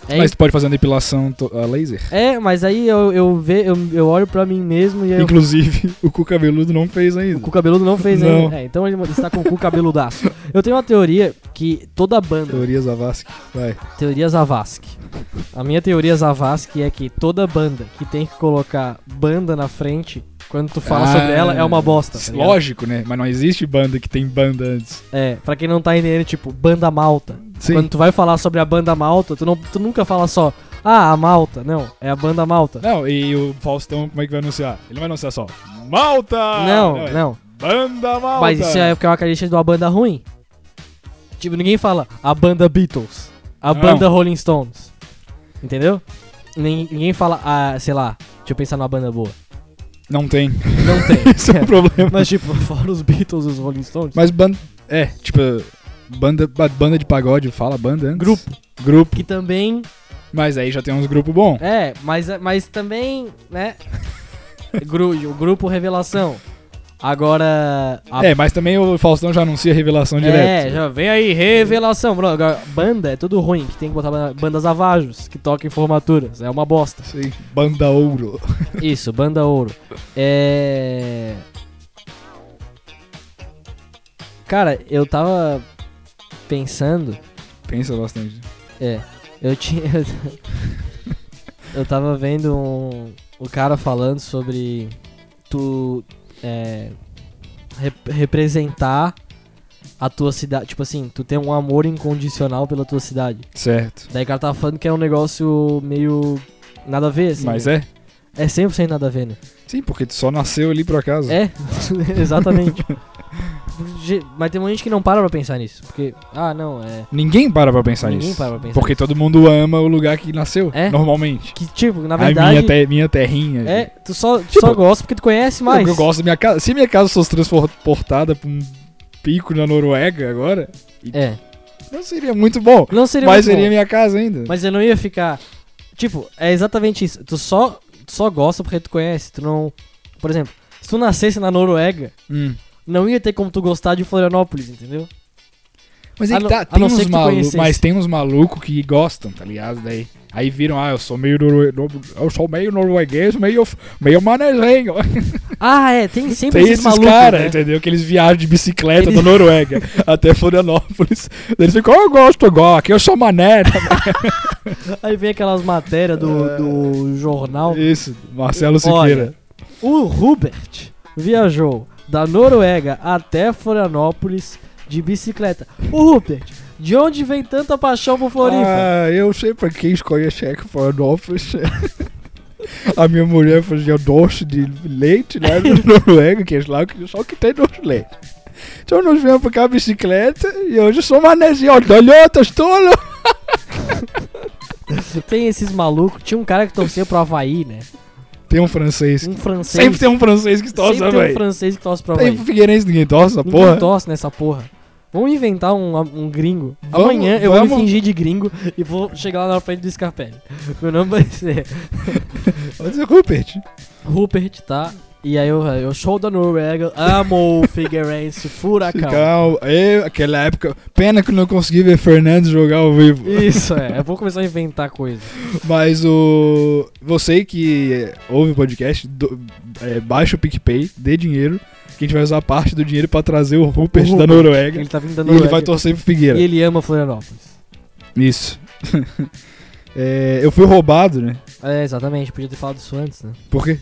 É,
Mas tu pode fazer uma depilação to- a laser.
é, mas aí eu, eu, ve, eu, eu olho pra mim mesmo e aí eu
Inclusive, o cu cabeludo não fez ainda.
O cu cabeludo não fez
Não.
ainda. É, então ele está com o cu cabeludaço. Eu tenho uma teoria que toda banda,
Teoria Zavascki. Vai.
teoria Zavascki. A minha teoria Zavascki é que toda banda que tem que colocar banda na frente quando tu fala
Ah,
sobre ela é uma bosta. tá ligado?
Lógico, né? Mas não existe banda que tem banda antes.
É, pra quem não tá entendendo, tipo, banda malta.
Sim.
Quando tu vai falar sobre a banda malta, tu, não, tu nunca fala só, ah, a malta. Não, é a banda malta.
Não, e o Faustão, como é que vai anunciar? Ele não vai anunciar só Malta!
não.
é
não.
Banda Malta!
Mas isso é porque é uma característica de uma banda ruim. Tipo, ninguém fala a banda Beatles, a
Não.
banda Rolling Stones. Entendeu? Ninguém, ninguém fala, ah, sei lá, deixa eu pensar numa banda boa.
Não tem.
Não
Isso é um
tem.
problema.
Mas tipo, fora os Beatles e os Rolling Stones.
Mas banda. É, tipo. Banda, ba- banda de pagode, fala banda antes?
Grupo.
Grupo.
Que também.
Mas aí já tem uns grupos bons.
É, mas, mas também, né? Gru, o grupo Revelação. Agora. a-
É, mas também o Faustão já anuncia a revelação
Ah. É,
direto.
já vem aí, revelação. Bruno. Agora, banda é tudo ruim, que tem que botar banda- bandas avajos, que tocam em formaturas. É uma bosta.
Sim. Banda Ouro.
Isso, banda ouro. É. Cara, eu tava pensando.
Pensa bastante.
É, eu tinha. eu tava vendo um, o cara falando sobre tu é, rep- representar a tua cidade. Tipo assim, tu tem um amor incondicional pela tua cidade.
Certo.
Daí o cara tava falando que é um negócio meio. Nada a ver, assim.
Mas é?
É 100% nada a ver, né?
Sim, porque tu só nasceu ali por acaso.
É, exatamente. Ge- Mas tem muita gente que não para pra pensar nisso. Porque, ah, não, é.
Ninguém para pra pensar
Ninguém
nisso.
para pra pensar
Porque todo mundo ama o lugar que nasceu,
É?
normalmente.
Que, tipo, na
a
verdade.
minha, te- minha terrinha.
É, tu só, tu
Tipo-
só gosta porque tu conhece
Não,
mais.
porque Eu gosto da minha casa. Se minha casa fosse transportada pra um pico na Noruega agora,
É.
não seria muito bom.
Não seria muito
mas seria
bom,
minha casa ainda.
Mas eu não ia ficar. Tipo, é exatamente isso. Tu só, tu só gosta porque tu conhece. Tu não. Por exemplo, se tu nascesse na Noruega,
Hum.
não ia ter como tu gostar de Florianópolis, entendeu?
Mas aí
A
que
não-
tá,
a
tem
não ser
uns
que tu
malucos,
conhecesse.
mas tem uns malucos que gostam, tá ligado? Daí, aí viram, ah, eu sou meio norue- nor- eu sou meio norueguês, meio meio manezinho.
Ah, é, tem sempre
Tem
esses
esses
malucos.
caras,
né?
entendeu? Que eles viajam de bicicleta
Eles-
da Noruega até Florianópolis. Daí Eles ficam, "Ah, eu gosto igual, aqui eu sou mané.
Aí vem aquelas matérias
É.
do, do jornal.
Isso, Marcelo
Olha,
Siqueira.
O Rupert viajou da Noruega até Florianópolis de bicicleta. O Rupert, de onde vem tanta paixão por Floripa?
Ah, eu sei pra quem escolhe cheque Florianópolis. A minha mulher fazia doce de leite, né? Na Noruega, que é lá que só que tem doce de leite. Então nós viemos pra cá bicicleta e hoje sou manézinho, ó, dolhotas, tolo.
Tem esses malucos. Tinha um cara que torcia pro Havaí, né?
Tem um francês.
Um francês.
Sempre tem um francês que torce
Sempre tem um
também.
francês que torce pro
Tem
Havaí.
um Figueirense, ninguém torce, essa
Ninguém
porra.
torce nessa porra. Vamos inventar um, um gringo.
Vamos-
Amanhã eu vou
vamos-
me fingir de gringo e vou chegar lá na frente do Scarpelli. Meu nome vai ser
Mas é Rupert.
Rupert, tá? E aí eu, eu show da Noruega, amo o Figueirense, furacão.
Calma. Então, Eu, aquela época, pena que eu não consegui ver Fernandes jogar ao vivo.
Isso, é. Eu vou começar a inventar coisa.
Mas o. Você que é, ouve o podcast, do- é, baixa o PicPay, dê dinheiro, que a gente vai usar parte do dinheiro pra trazer o Rupert,
O
da
Rupert,
Noruega.
Ele tá vindo da
E
Noruega.
ele vai torcer pro Figueira.
E ele ama Florianópolis.
Isso. É, eu fui roubado, né?
É, exatamente. Podia ter falado isso antes, né?
Por quê?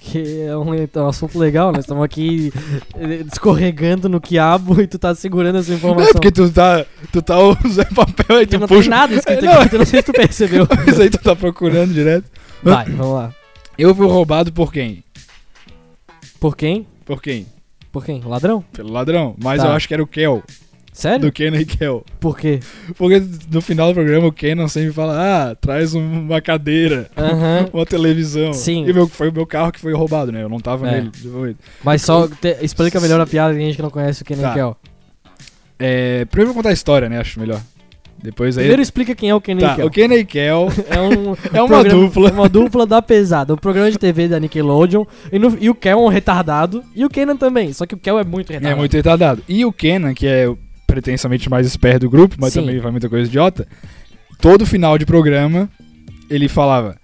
Que é um, é um assunto legal, nós estamos aqui eh, escorregando no quiabo e tu tá segurando essa informação.
É porque tu tá. Tu tá usando papel
Porque
aí, tu
não tem
puxa.
nada escrito
Não.
aqui, então não sei se tu percebeu.
Isso aí tu tá procurando direto.
Vai, vamos lá.
Eu fui roubado por quem?
Por quem?
Por quem?
Por quem? O ladrão?
Pelo ladrão. Mas
Tá.
eu acho que era o Kel.
Sério?
Do Kenan e Kel.
Por quê?
Porque no final do programa o Kenan sempre fala: Ah, traz um- uma cadeira.
Aham.
uma televisão.
Sim.
E meu, foi o meu carro que foi roubado, né? Eu não tava
É.
nele. desenvolvido.
Mas só te- explica melhor a piada, tem gente que não conhece o Kenan
Tá.
Kel.
É, primeiro eu vou contar a história, né? Acho melhor. Depois aí.
Primeiro explica quem é o Kenan
tá,
Kel.
o Kenny e Kel
É um,
é uma
programa-
dupla.
Uma dupla da pesada. Um programa de TV da Nickelodeon. E, no- e o Kel é um retardado. E o Kenan também. Só que o Kel é muito retardado.
É muito retardado. E o Kenan, que é o pretensamente mais esperto do grupo, mas
Sim.
também faz muita coisa idiota, todo final de programa ele falava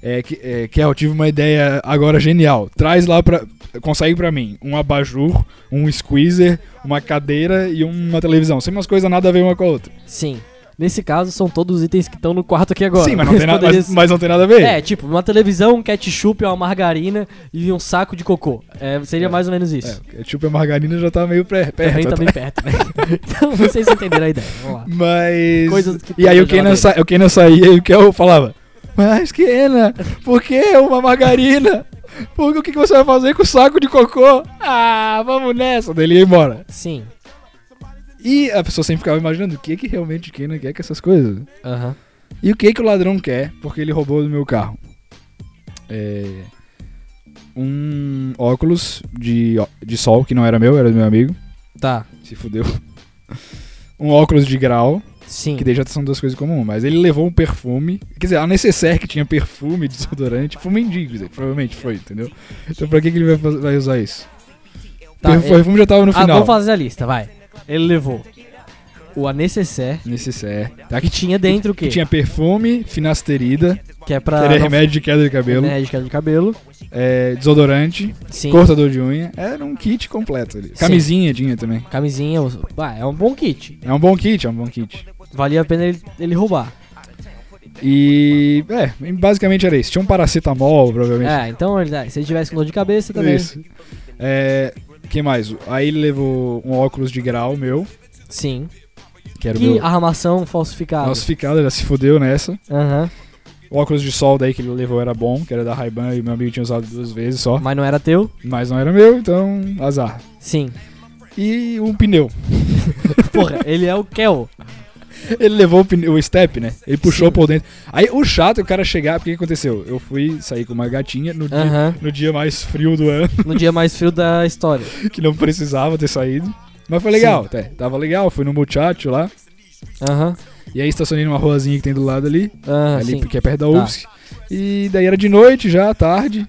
é, que, é, que eu tive uma ideia agora genial. Traz lá pra. Consegue pra mim um abajur, um squeezer, uma cadeira e uma televisão. Sempre umas coisas nada a ver uma com a outra.
Sim. Nesse caso, são todos os itens que estão no quarto aqui agora.
Sim, mas não, tem nada,
poderia
mas,
ser-
mas não tem nada a ver.
É, tipo, uma televisão, um ketchup, uma margarina e um saco de cocô. É, seria
É.
mais ou menos isso.
É, tipo, a margarina já tá meio pré, perto.
Também tá
tá?
bem perto. né? então vocês entenderam a ideia. Vamos lá.
Mas.
Coisas que
e aí
tem
o Kenan,
na
sa... o Kenan saía e o Kel falava: Mas Kenan, por que uma margarina? Por... O que que você vai fazer com o saco de cocô? Ah, vamos nessa. Daí ele ia embora.
Sim.
E a pessoa sempre ficava imaginando o que que realmente o Kenan quer com essas coisas.
Aham.
E o que que o ladrão quer porque ele roubou do meu carro? É. Um óculos de, ó- de sol que não era meu, era do meu amigo.
Tá.
Se fudeu. Um óculos de grau.
Sim.
Que daí já são duas coisas comuns, mas ele levou um perfume. Quer dizer, a Necessaire que tinha perfume, desodorante, pro mendigo, Zé, provavelmente foi, entendeu? Então pra que, que ele vai, faz- vai usar isso?
Tá,
Perfu-
ele-
perfume já tava no
Ah,
final.
vamos fazer a lista, vai. Ele levou o a necessaire,
Necessaire. Tá,
que
que,
tinha dentro o quê?
que tinha perfume, finasterida,
Que é pra...
que era
não-
remédio de queda de cabelo,
Remédio de queda de cabelo.
é, desodorante,
Sim.
cortador de unha. Era um kit completo ali. Camisinha tinha também.
Camisinha. os- Ah, é um bom kit.
É um bom kit, é um bom kit.
Valia a pena ele, ele roubar.
E. É, basicamente era isso. Tinha um paracetamol, provavelmente.
É, então ele- ah, se ele tivesse com dor de cabeça também.
Isso. É. Que mais? Aí ele levou um óculos de grau meu,
Sim.
que era o
que
meu
armação falsificada.
falsificado, já se fudeu nessa.
Aham.
O óculos de sol daí que ele levou era bom, que era da Ray-Ban e meu amigo tinha usado duas vezes só,
Mas não era teu?
mas não era meu, então azar.
Sim.
E um pneu.
Porra, ele é o Kel.
Ele levou o, pneu, o step, né? Ele puxou
Sim.
por dentro. Aí o chato é o cara chegar, porque o que aconteceu? Eu fui sair com uma gatinha no dia,
Aham.
no dia mais frio do ano,
No dia mais frio da história.
que não precisava ter saído. Mas foi legal, até. Tava legal, fui no Muchacho lá.
Aham.
E aí estacionei numa ruazinha que tem do lado ali.
Aham,
ali
Ah, sim.
porque é perto da
Tá.
UFSC. E daí era de noite já, tarde.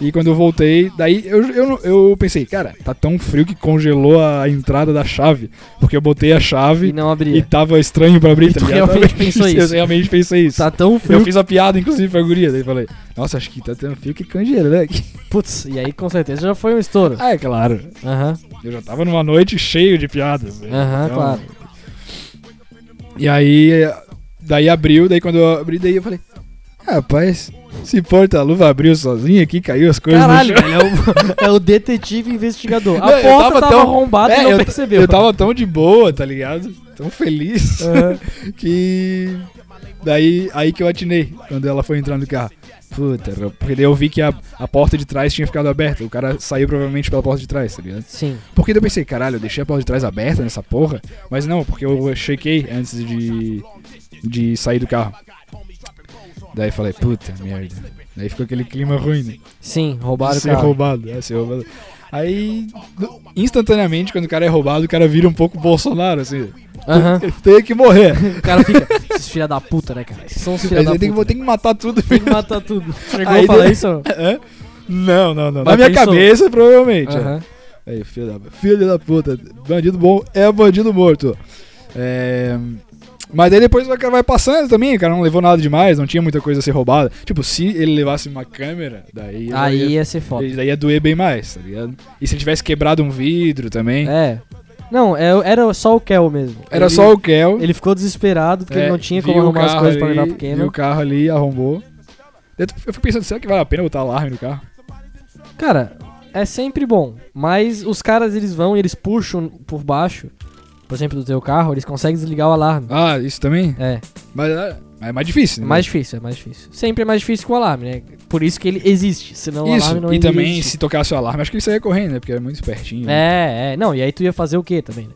E quando eu voltei, daí eu, eu, não- eu pensei, cara, tá tão frio que congelou a entrada da chave. Porque eu botei a
E
chave
não
e,
abria.
tava estranho pra abrir.
E tu
tá ligado?
realmente pensou
Eu
isso.
realmente pensei isso.
Tá tão
Eu
frio.
fiz a piada, inclusive, pra guria. Daí falei, nossa, acho que tá tão frio que canjeira, né?
Putz, e aí com certeza já foi um estouro.
ah, é claro.
Aham.
Eu já tava numa noite cheio de piadas. né?
Aham,
Então,
claro.
E aí, daí abriu, daí quando eu abri, daí eu falei, rapaz, esse porta-luva abriu sozinho aqui, caiu as coisas
Caralho,
no chão.
velho, é o, é o detetive investigador. A
Não, eu
porta
tava
tava,
tão-
arrombada
É,
e não
eu-
percebeu.
Eu tava tão de boa, tá ligado? Tão feliz
Aham.
que. Daí aí que eu atinei quando ela foi entrar no carro. Puta, porque daí eu vi que a, a porta de trás tinha ficado aberta. O cara saiu provavelmente pela porta de trás, tá ligado?
Sim.
Porque daí eu pensei, caralho, eu deixei a porta de trás aberta nessa porra. Mas não, porque eu chequei antes de, de sair do carro. Daí falei, puta merda. Daí ficou aquele clima ruim, né?
Sim, roubaram o
ser
carro.
roubado, é, ser roubado. Aí, do- instantaneamente, quando o cara é roubado, o cara vira um pouco Bolsonaro, assim.
Aham.
Ele tem que morrer.
O cara fica. Esses filha da puta, né, cara? São os filha
Mas
da
ele
puta.
tem que, tem que matar tudo.
Tem que matar tudo. Chegou
Aí
a falar
deu-
isso?
Hã? não, não, não.
Mas
Na minha
pensou.
cabeça, provavelmente. é.
Aham.
Aí, filho da, filho da puta. Bandido bom é bandido morto. É, Mas aí depois o cara vai passando também, o cara não levou nada demais, não tinha muita coisa a ser roubada. Tipo, se ele levasse uma câmera, daí.
Aí
ia,
ia ser foda.
daí ia doer bem mais, tá ligado? E se ele tivesse quebrado um vidro também.
É. Não, é- era só o Kel mesmo.
Era
Ele-
só o Kel.
Ele ficou desesperado porque
é,
ele não tinha
viu
como
o
arrumar as
carro
coisas pra
ali,
levar pro Kenan.
Viu o carro ali, arrombou. Eu t- eu fico pensando, será que vale a pena botar alarme no carro?
Cara, é sempre bom, mas os caras eles vão e eles puxam por baixo, por exemplo, do teu carro, eles conseguem desligar o alarme.
Ah, isso também?
É,
Mas ah, é mais
é
difícil, né?
mais difícil, é mais difícil. Sempre é mais difícil com o alarme, né? Por isso que ele existe, senão o
Isso,
alarme não
e
iria
também
existir.
se tocasse o alarme, acho que ele saía correndo, né? Porque era muito espertinho. né?
É, é, não, e aí tu ia fazer o quê também, né?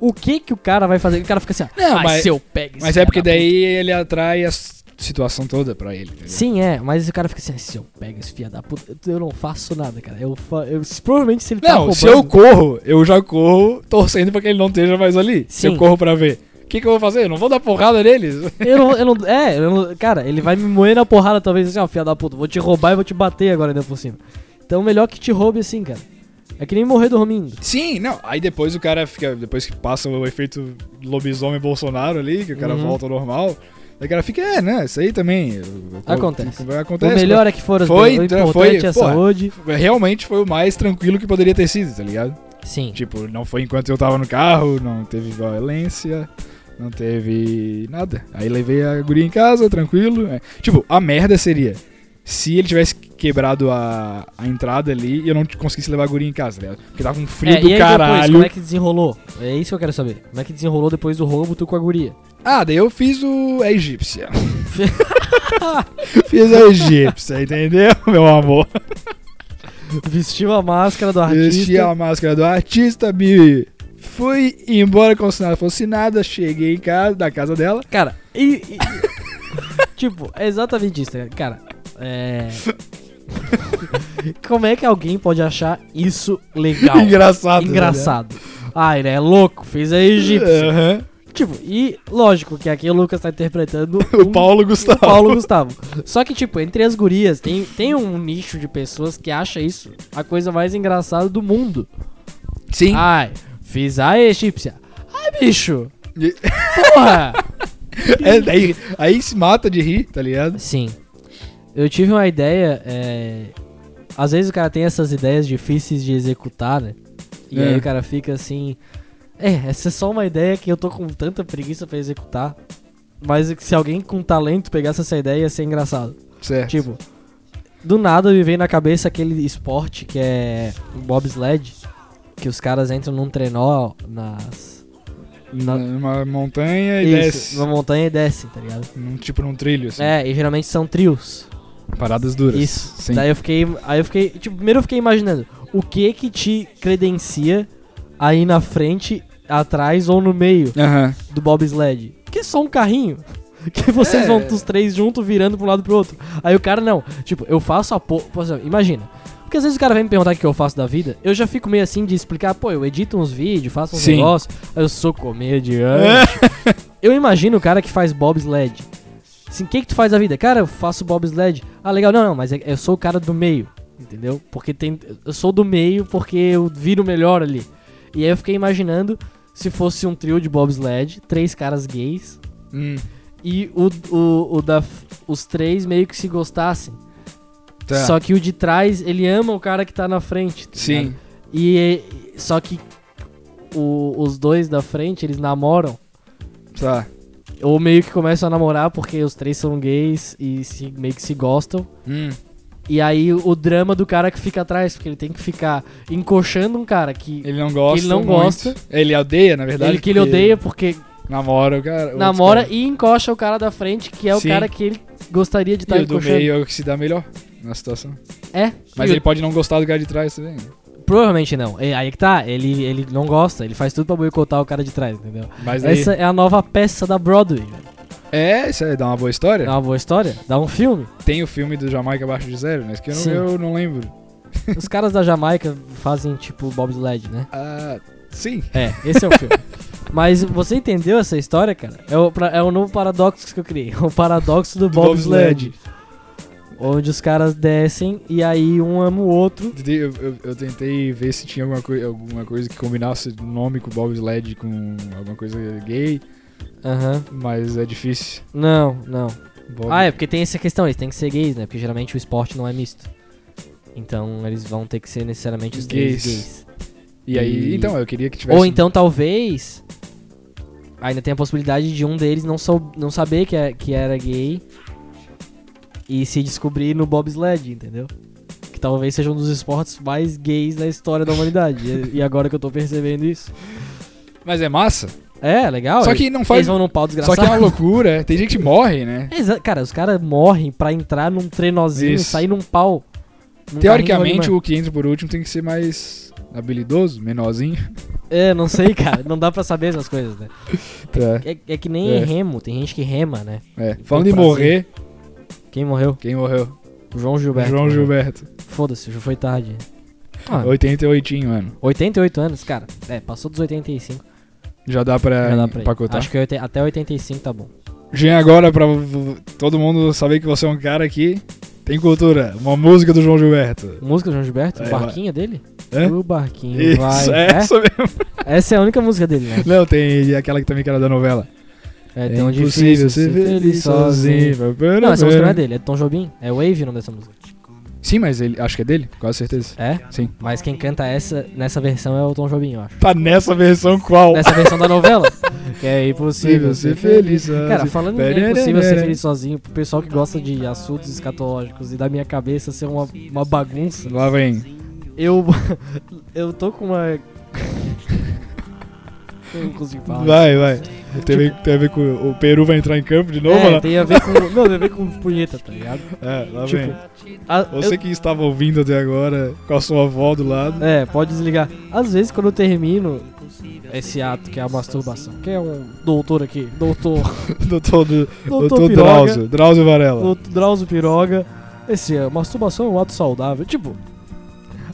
O que que o cara vai fazer? O cara fica assim, ah,
Não,
ai,
mas-
se eu pego esse
Mas é
filho
porque
da
daí ele atrai a s- situação toda pra ele.
puta.
entendeu?
Sim, é, mas o cara fica assim, ah, se eu pego esse filho da puta, eu não faço nada, cara. Eu, fa- eu- se- provavelmente se ele tá
Não,
roubando...
se eu corro, eu já corro torcendo pra que ele não esteja mais ali. Se eu
Sim.
corro pra ver. O que, que eu vou fazer? Eu não vou dar porrada neles?
Eu não, eu não. É, eu não, cara, ele vai me moer na porrada, talvez assim, ó, filha da puta, vou te roubar e vou te bater agora ainda por cima. Então melhor que te roube assim, cara. É que nem morrer dormindo.
Sim, não. Aí depois o cara fica. Depois que passa o efeito lobisomem Bolsonaro ali, que o cara
Uhum.
volta ao normal, Daí ela fica, é, né? Isso aí também. eu- eu-
Acontece.
eu-
O
Acontece.
melhor é que foram as
Foi,
be- o
então,
importante
foi,
é a
porra.
saúde.
Realmente foi o mais tranquilo que poderia ter sido, tá ligado?
Sim.
Tipo, não foi enquanto eu tava no carro, não teve violência, não teve nada. Aí levei a guria em casa, tranquilo. é. Tipo, a merda seria se ele tivesse quebrado a, a entrada ali e eu não t- conseguisse levar a guria em casa, tá ligado? Porque tava um frio
É,
do
e aí depois,
caralho.
como é que desenrolou? É isso que eu quero saber. Como é que desenrolou depois do roubo tu com a guria?
Ah, daí eu fiz o. a egípcia. fiz a egípcia, entendeu, meu amor?
Vestiu a máscara do artista.
Vesti a máscara do artista, me fui embora como se nada fosse nada, cheguei em casa, da casa dela.
Cara, e. e- tipo, é exatamente isso, né? cara. É. Como é que alguém pode achar isso legal?
Engraçado. né?
Engraçado. Ah, ele é louco, fez a egípcia.
Aham.
Tipo, e lógico que aqui o Lucas tá interpretando
O Paulo Gustavo.
Paulo Gustavo. Só que, tipo, entre as gurias, tem, tem um nicho de pessoas que acha isso a coisa mais engraçada do mundo.
Sim.
Ai, fiz a egípcia. Ai, bicho.
E-
Porra. Ah,
É, daí, aí se mata de rir, tá ligado?
Sim. Eu tive uma ideia. é, Às vezes o cara tem essas ideias difíceis de executar, né? E
É.
aí o cara fica assim. É, essa é só uma ideia que eu tô com tanta preguiça pra executar. Mas se alguém com talento pegasse essa ideia ia ser engraçado.
Certo.
Tipo, do nada me veio na cabeça aquele esporte que é o bobsled, que os caras entram num trenó nas.
Na- numa É montanha e
Isso,
desce.
numa montanha e descem, tá ligado?
Num, tipo num trilho, assim.
É, e geralmente são trios.
Paradas duras.
Isso.
Sim.
Daí eu fiquei. Aí eu fiquei. Tipo, primeiro eu fiquei imaginando o que que te credencia aí na frente, atrás ou no meio
Aham.
do bobsled. Que é só um carrinho. Que vocês
É.
vão os três juntos virando pra um lado e pro outro. Aí o cara, não. Tipo, eu faço a porra. Imagina. Porque às vezes o cara vem me perguntar o que eu faço da vida. Eu já fico meio assim de explicar, pô, eu edito uns vídeos, faço uns
Sim.
negócios. Eu sou comediante. eu imagino o cara que faz bobsled. Assim, o que que tu faz da vida? Cara, eu faço bobsled. Ah, legal. Não, não, mas é- eu sou o cara do meio. Entendeu? Porque tem. Eu sou do meio porque eu viro melhor ali. E aí eu fiquei imaginando se fosse um trio de bobsled, três caras gays
Hum,
e o, o, o da os três meio que se gostassem.
tá.
Só que o de trás, ele ama o cara que tá na frente. tá
Sim.
ligado? E e- só que o- os dois da frente, eles namoram
Tá.
ou meio que começam a namorar porque os três são gays e se- meio que se gostam.
Hum.
E aí o drama do cara que fica atrás, porque ele tem que ficar encoxando um cara que ele,
Ele não gosta.
Ele não
muito.
gosta.
Ele odeia, na verdade.
que ele
porque
odeia porque
Namora o cara. o
namora
outro
e encoxa o cara da frente, que é o
Sim.
cara que ele gostaria de estar
cara. e o do
encoxando.
meio é o que se dá melhor na situação.
É.
Mas
tá E o-
ele pode não gostar do cara de trás também.
Provavelmente não. É, aí que tá, ele, ele não gosta, ele faz tudo pra boicotar o cara de trás, entendeu?
Mas daí.
Essa é a nova peça da Broadway. velho.
É, isso aí dá uma boa história.
É uma boa história, dá um filme.
Tem o filme do Jamaica abaixo de zero, né? Isso que eu
Sim.
não, eu não lembro.
Os caras da Jamaica fazem tipo bobsled, né?
Ah, sim.
É, esse é o filme. Mas você entendeu essa história, cara? É o, pra- é o novo paradoxo que eu criei. O paradoxo do,
Do
bobsled.
bobsled.
Onde os caras descem e aí um ama o outro.
Eu, eu- eu tentei ver se tinha alguma, coi- alguma coisa que combinasse o nome com bobsled com alguma coisa gay,
Aham.
mas é difícil.
Não, não.
Bob-
Ah, é porque tem essa questão, eles têm que ser gays, né? Porque geralmente o esporte não é misto. Então eles vão ter que ser necessariamente os três
Gays.
gays.
E aí,
e-
então, eu queria que tivesse.
Ou então talvez. Ainda tem a possibilidade de um deles não, sou, não saber que, é, que era gay e se descobrir no bobsled, entendeu? Que talvez seja um dos esportes mais gays da história da humanidade. e, e agora que eu tô percebendo isso.
Mas é massa.
É, legal.
Só
eles-
que não faz.
Eles vão Tá num pau
Só
desgraçado.
que é uma loucura. Tem gente que morre, né?
Exa- Cara, os caras morrem pra entrar num trenozinho e
Isso.
sair num pau. Num carrinho
Teoricamente,
de
o que entra por último tem que ser mais habilidoso, menorzinho.
animal. É, não sei, cara. não dá pra saber essas coisas, né?
Tá.
É, é que nem
É.
remo. Tem gente que rema, né?
É. Falando em
pra
morrer,
Quem morreu?
quem morreu?
O João Gilberto. né?
João
morreu.
Gilberto.
Foda-se, já foi tarde. Ah,
88, mano.
88 anos, cara. É, passou dos 85.
Já dá pra
já dá pra ir.
empacotar.
Acho que oitenta- até 85 tá bom.
Jean, agora pra v- todo mundo saber que você é um cara que tem cultura. Uma música do João Gilberto.
Música do João Gilberto?
É,
o barquinho dele?
Hã?
O barquinho
Isso,
vai.
é
É?
essa mesmo.
Essa é a única música dele, né?
Não, tem aquela que também que era da novela.
É
É
tão
impossível
difícil
ser feliz sozinho.
Não, essa música não é dele, é Tom Jobim. É Wave o nome dessa música.
Sim, mas ele, acho que é dele, com certeza.
É?
Sim.
Mas quem canta essa nessa versão é o Tom Jobim, eu acho.
Tá nessa versão qual?
Nessa versão da novela. que é impossível ser feliz. Cara, falando que é impossível ser feliz sozinho, pro pessoal que gosta de assuntos escatológicos e da minha cabeça ser uma, uma bagunça, né?
Lá vem.
eu. eu tô com uma. eu não consigo falar.
Vai, vai. Tem a, ver, tem a ver com. O Peru vai entrar em campo de novo?
Tipo- É,
lá?
tem a ver com. Não, tem a ver com punheta, tá ligado?
É, lá
tipo,
vem.
A-
Você que estava ouvindo até agora, com a sua avó do lado.
eu- é, pode desligar. Às vezes quando eu termino esse ato que é a masturbação, que é um doutor aqui, doutor.
Doutor, do-
Doutor,
doutor
Piroga,
Drauzio. Drauzio Varela.
Doutor Drauzio Piroga. Esse é, masturbação é um ato saudável. Tipo,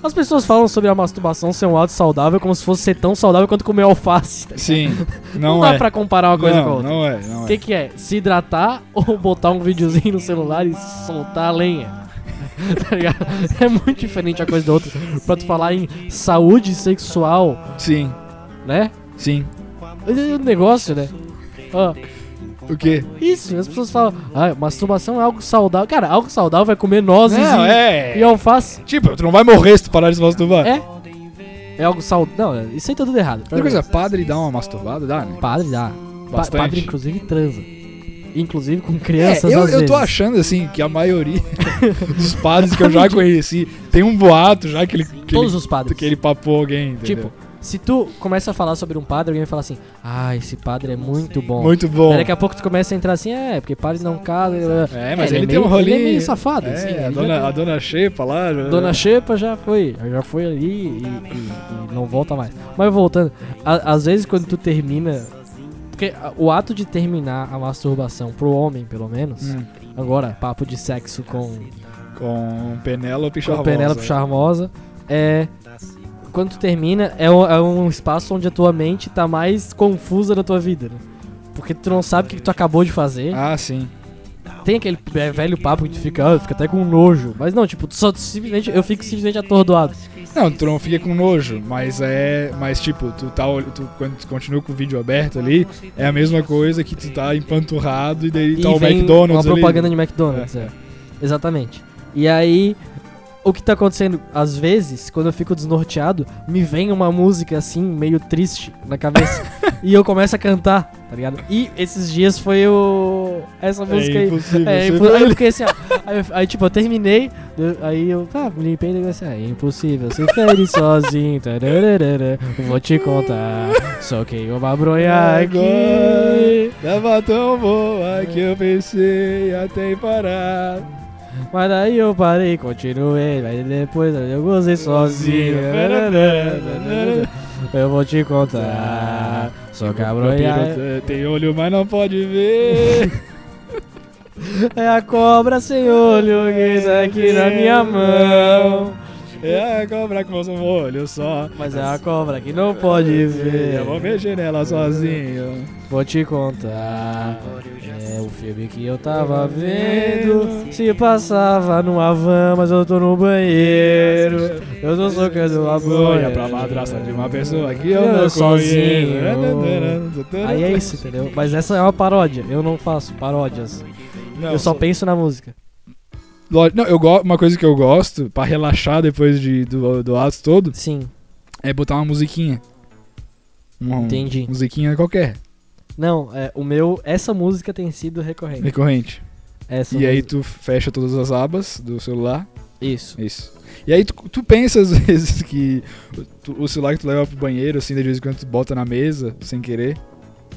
as pessoas falam sobre a masturbação ser um ato saudável como se fosse ser tão saudável quanto comer alface. tá ligado?
Sim, não,
dá
é.
pra comparar uma coisa
não,
com a outra.
não é, não
O
é.
que, que é? Se hidratar ou botar um videozinho no celular e soltar a lenha? tá ligado? É muito diferente a coisa da outra. Pra tu falar em saúde sexual,
Sim,
né?
sim.
Esse é um negócio, né? Ó,
O quê?
isso, as pessoas falam, ah, masturbação é algo saudável. Cara, algo saudável é comer nozes
Não,
e,
é.
e alface.
Tipo, tu não vai morrer se tu parar de se masturbar.
É. É algo saudável. Não, isso aí tá tudo errado.
Outra coisa, padre dá uma masturbada, dá, né?
Padre dá. Pa-
Bastante.
Padre, inclusive, transa. Inclusive com
É,
crianças.
eu,
às
eu tô
vezes.
achando assim que a maioria dos padres que eu já conheci tem um boato já que ele, que
Todos
ele,
os padres.
que ele papou alguém, entendeu?
Tipo, se tu começa a falar sobre um padre, alguém vai falar assim: Ah, esse padre é muito bom. é
muito bom.
Aí Daqui a pouco tu começa a entrar assim: É, porque padres não casam.
É, mas
É,
ele,
é
tem um
meio-
rolinho.
ele é meio safado, assim,
a,
ele já
dona,
tem-
a dona Xepa lá. né? já-
Dona Xepa já foi, já foi ali e, e- e não volta mais. Mas voltando, a- às vezes quando tu termina. Porque a- o ato de terminar a masturbação pro homem, pelo menos.
Hum,
Agora, papo de sexo com,
com Penélope
com
Charmosa.
Penélope Charmosa. É. Quando tu termina, é um, é um espaço onde a tua mente tá mais confusa da tua vida, né? Porque tu não sabe o que, que tu acabou de fazer.
Ah, sim.
Tem aquele é, velho papo que tu fica, ah, fica até com nojo. Mas não, tipo, tu só tu simplesmente. Eu fico simplesmente atordoado.
Não, tu não fica com nojo, mas é. Mas tipo, tu tá. ol- Tu, quando tu continua com o vídeo aberto ali, é a mesma coisa que tu tá empanturrado e daí tá
e
o
vem
McDonald's.
Uma
ali.
propaganda de McDonald's,
É,
é.
é.
Exatamente. E aí, o que tá acontecendo? Às vezes, quando eu fico desnorteado, me vem uma música assim, meio triste na cabeça. e eu começo a cantar, tá ligado? E esses dias foi o. Essa música
É
aí.
impossível.
É,
ser
impo- aí eu
feliz.
fiquei assim, ó. Aí, eu- aí, tipo, eu terminei, eu- aí eu, tá, me limpei e assim, é impossível ser feliz sozinho, tararara, vou te contar, só que eu vou bronha aqui.
É Agora, Tava tão boa que eu pensei até em parar.
Mas daí eu parei, continuei, mas depois eu gozei sozinho. Eu vou te contar. Só cabrão é,
Vampiro Tem olho, mas não pode ver.
é a cobra sem olho que está aqui na minha mão.
É a cobra com um olho só.
Mas é a cobra que não pode ver.
Eu vou mexer nela sozinho.
Vou te contar. É o filme que eu tava vendo. Se passava numa van, mas eu tô no banheiro. Eu tô socando uma
Olha
bolha
pra madraça de uma pessoa que
é Eu
eu não
sozinho.
conheço.
Aí é isso, entendeu? Mas essa é uma paródia. Eu não faço paródias.
Não,
eu só penso na música.
lo- Não, eu go... uma coisa que eu gosto, pra relaxar depois de, do, do ato todo,
Sim,
é botar uma musiquinha. Uma
entendi.
musiquinha qualquer,
Não, é, o meu. Essa música tem sido recorrente.
recorrente.
Essa
E aí
música.
tu fecha todas as abas do celular. é
Isso.
Isso. E aí tu, tu pensa às vezes que tu- o celular que tu leva pro banheiro, assim, de vez em quando tu bota na mesa, sem querer.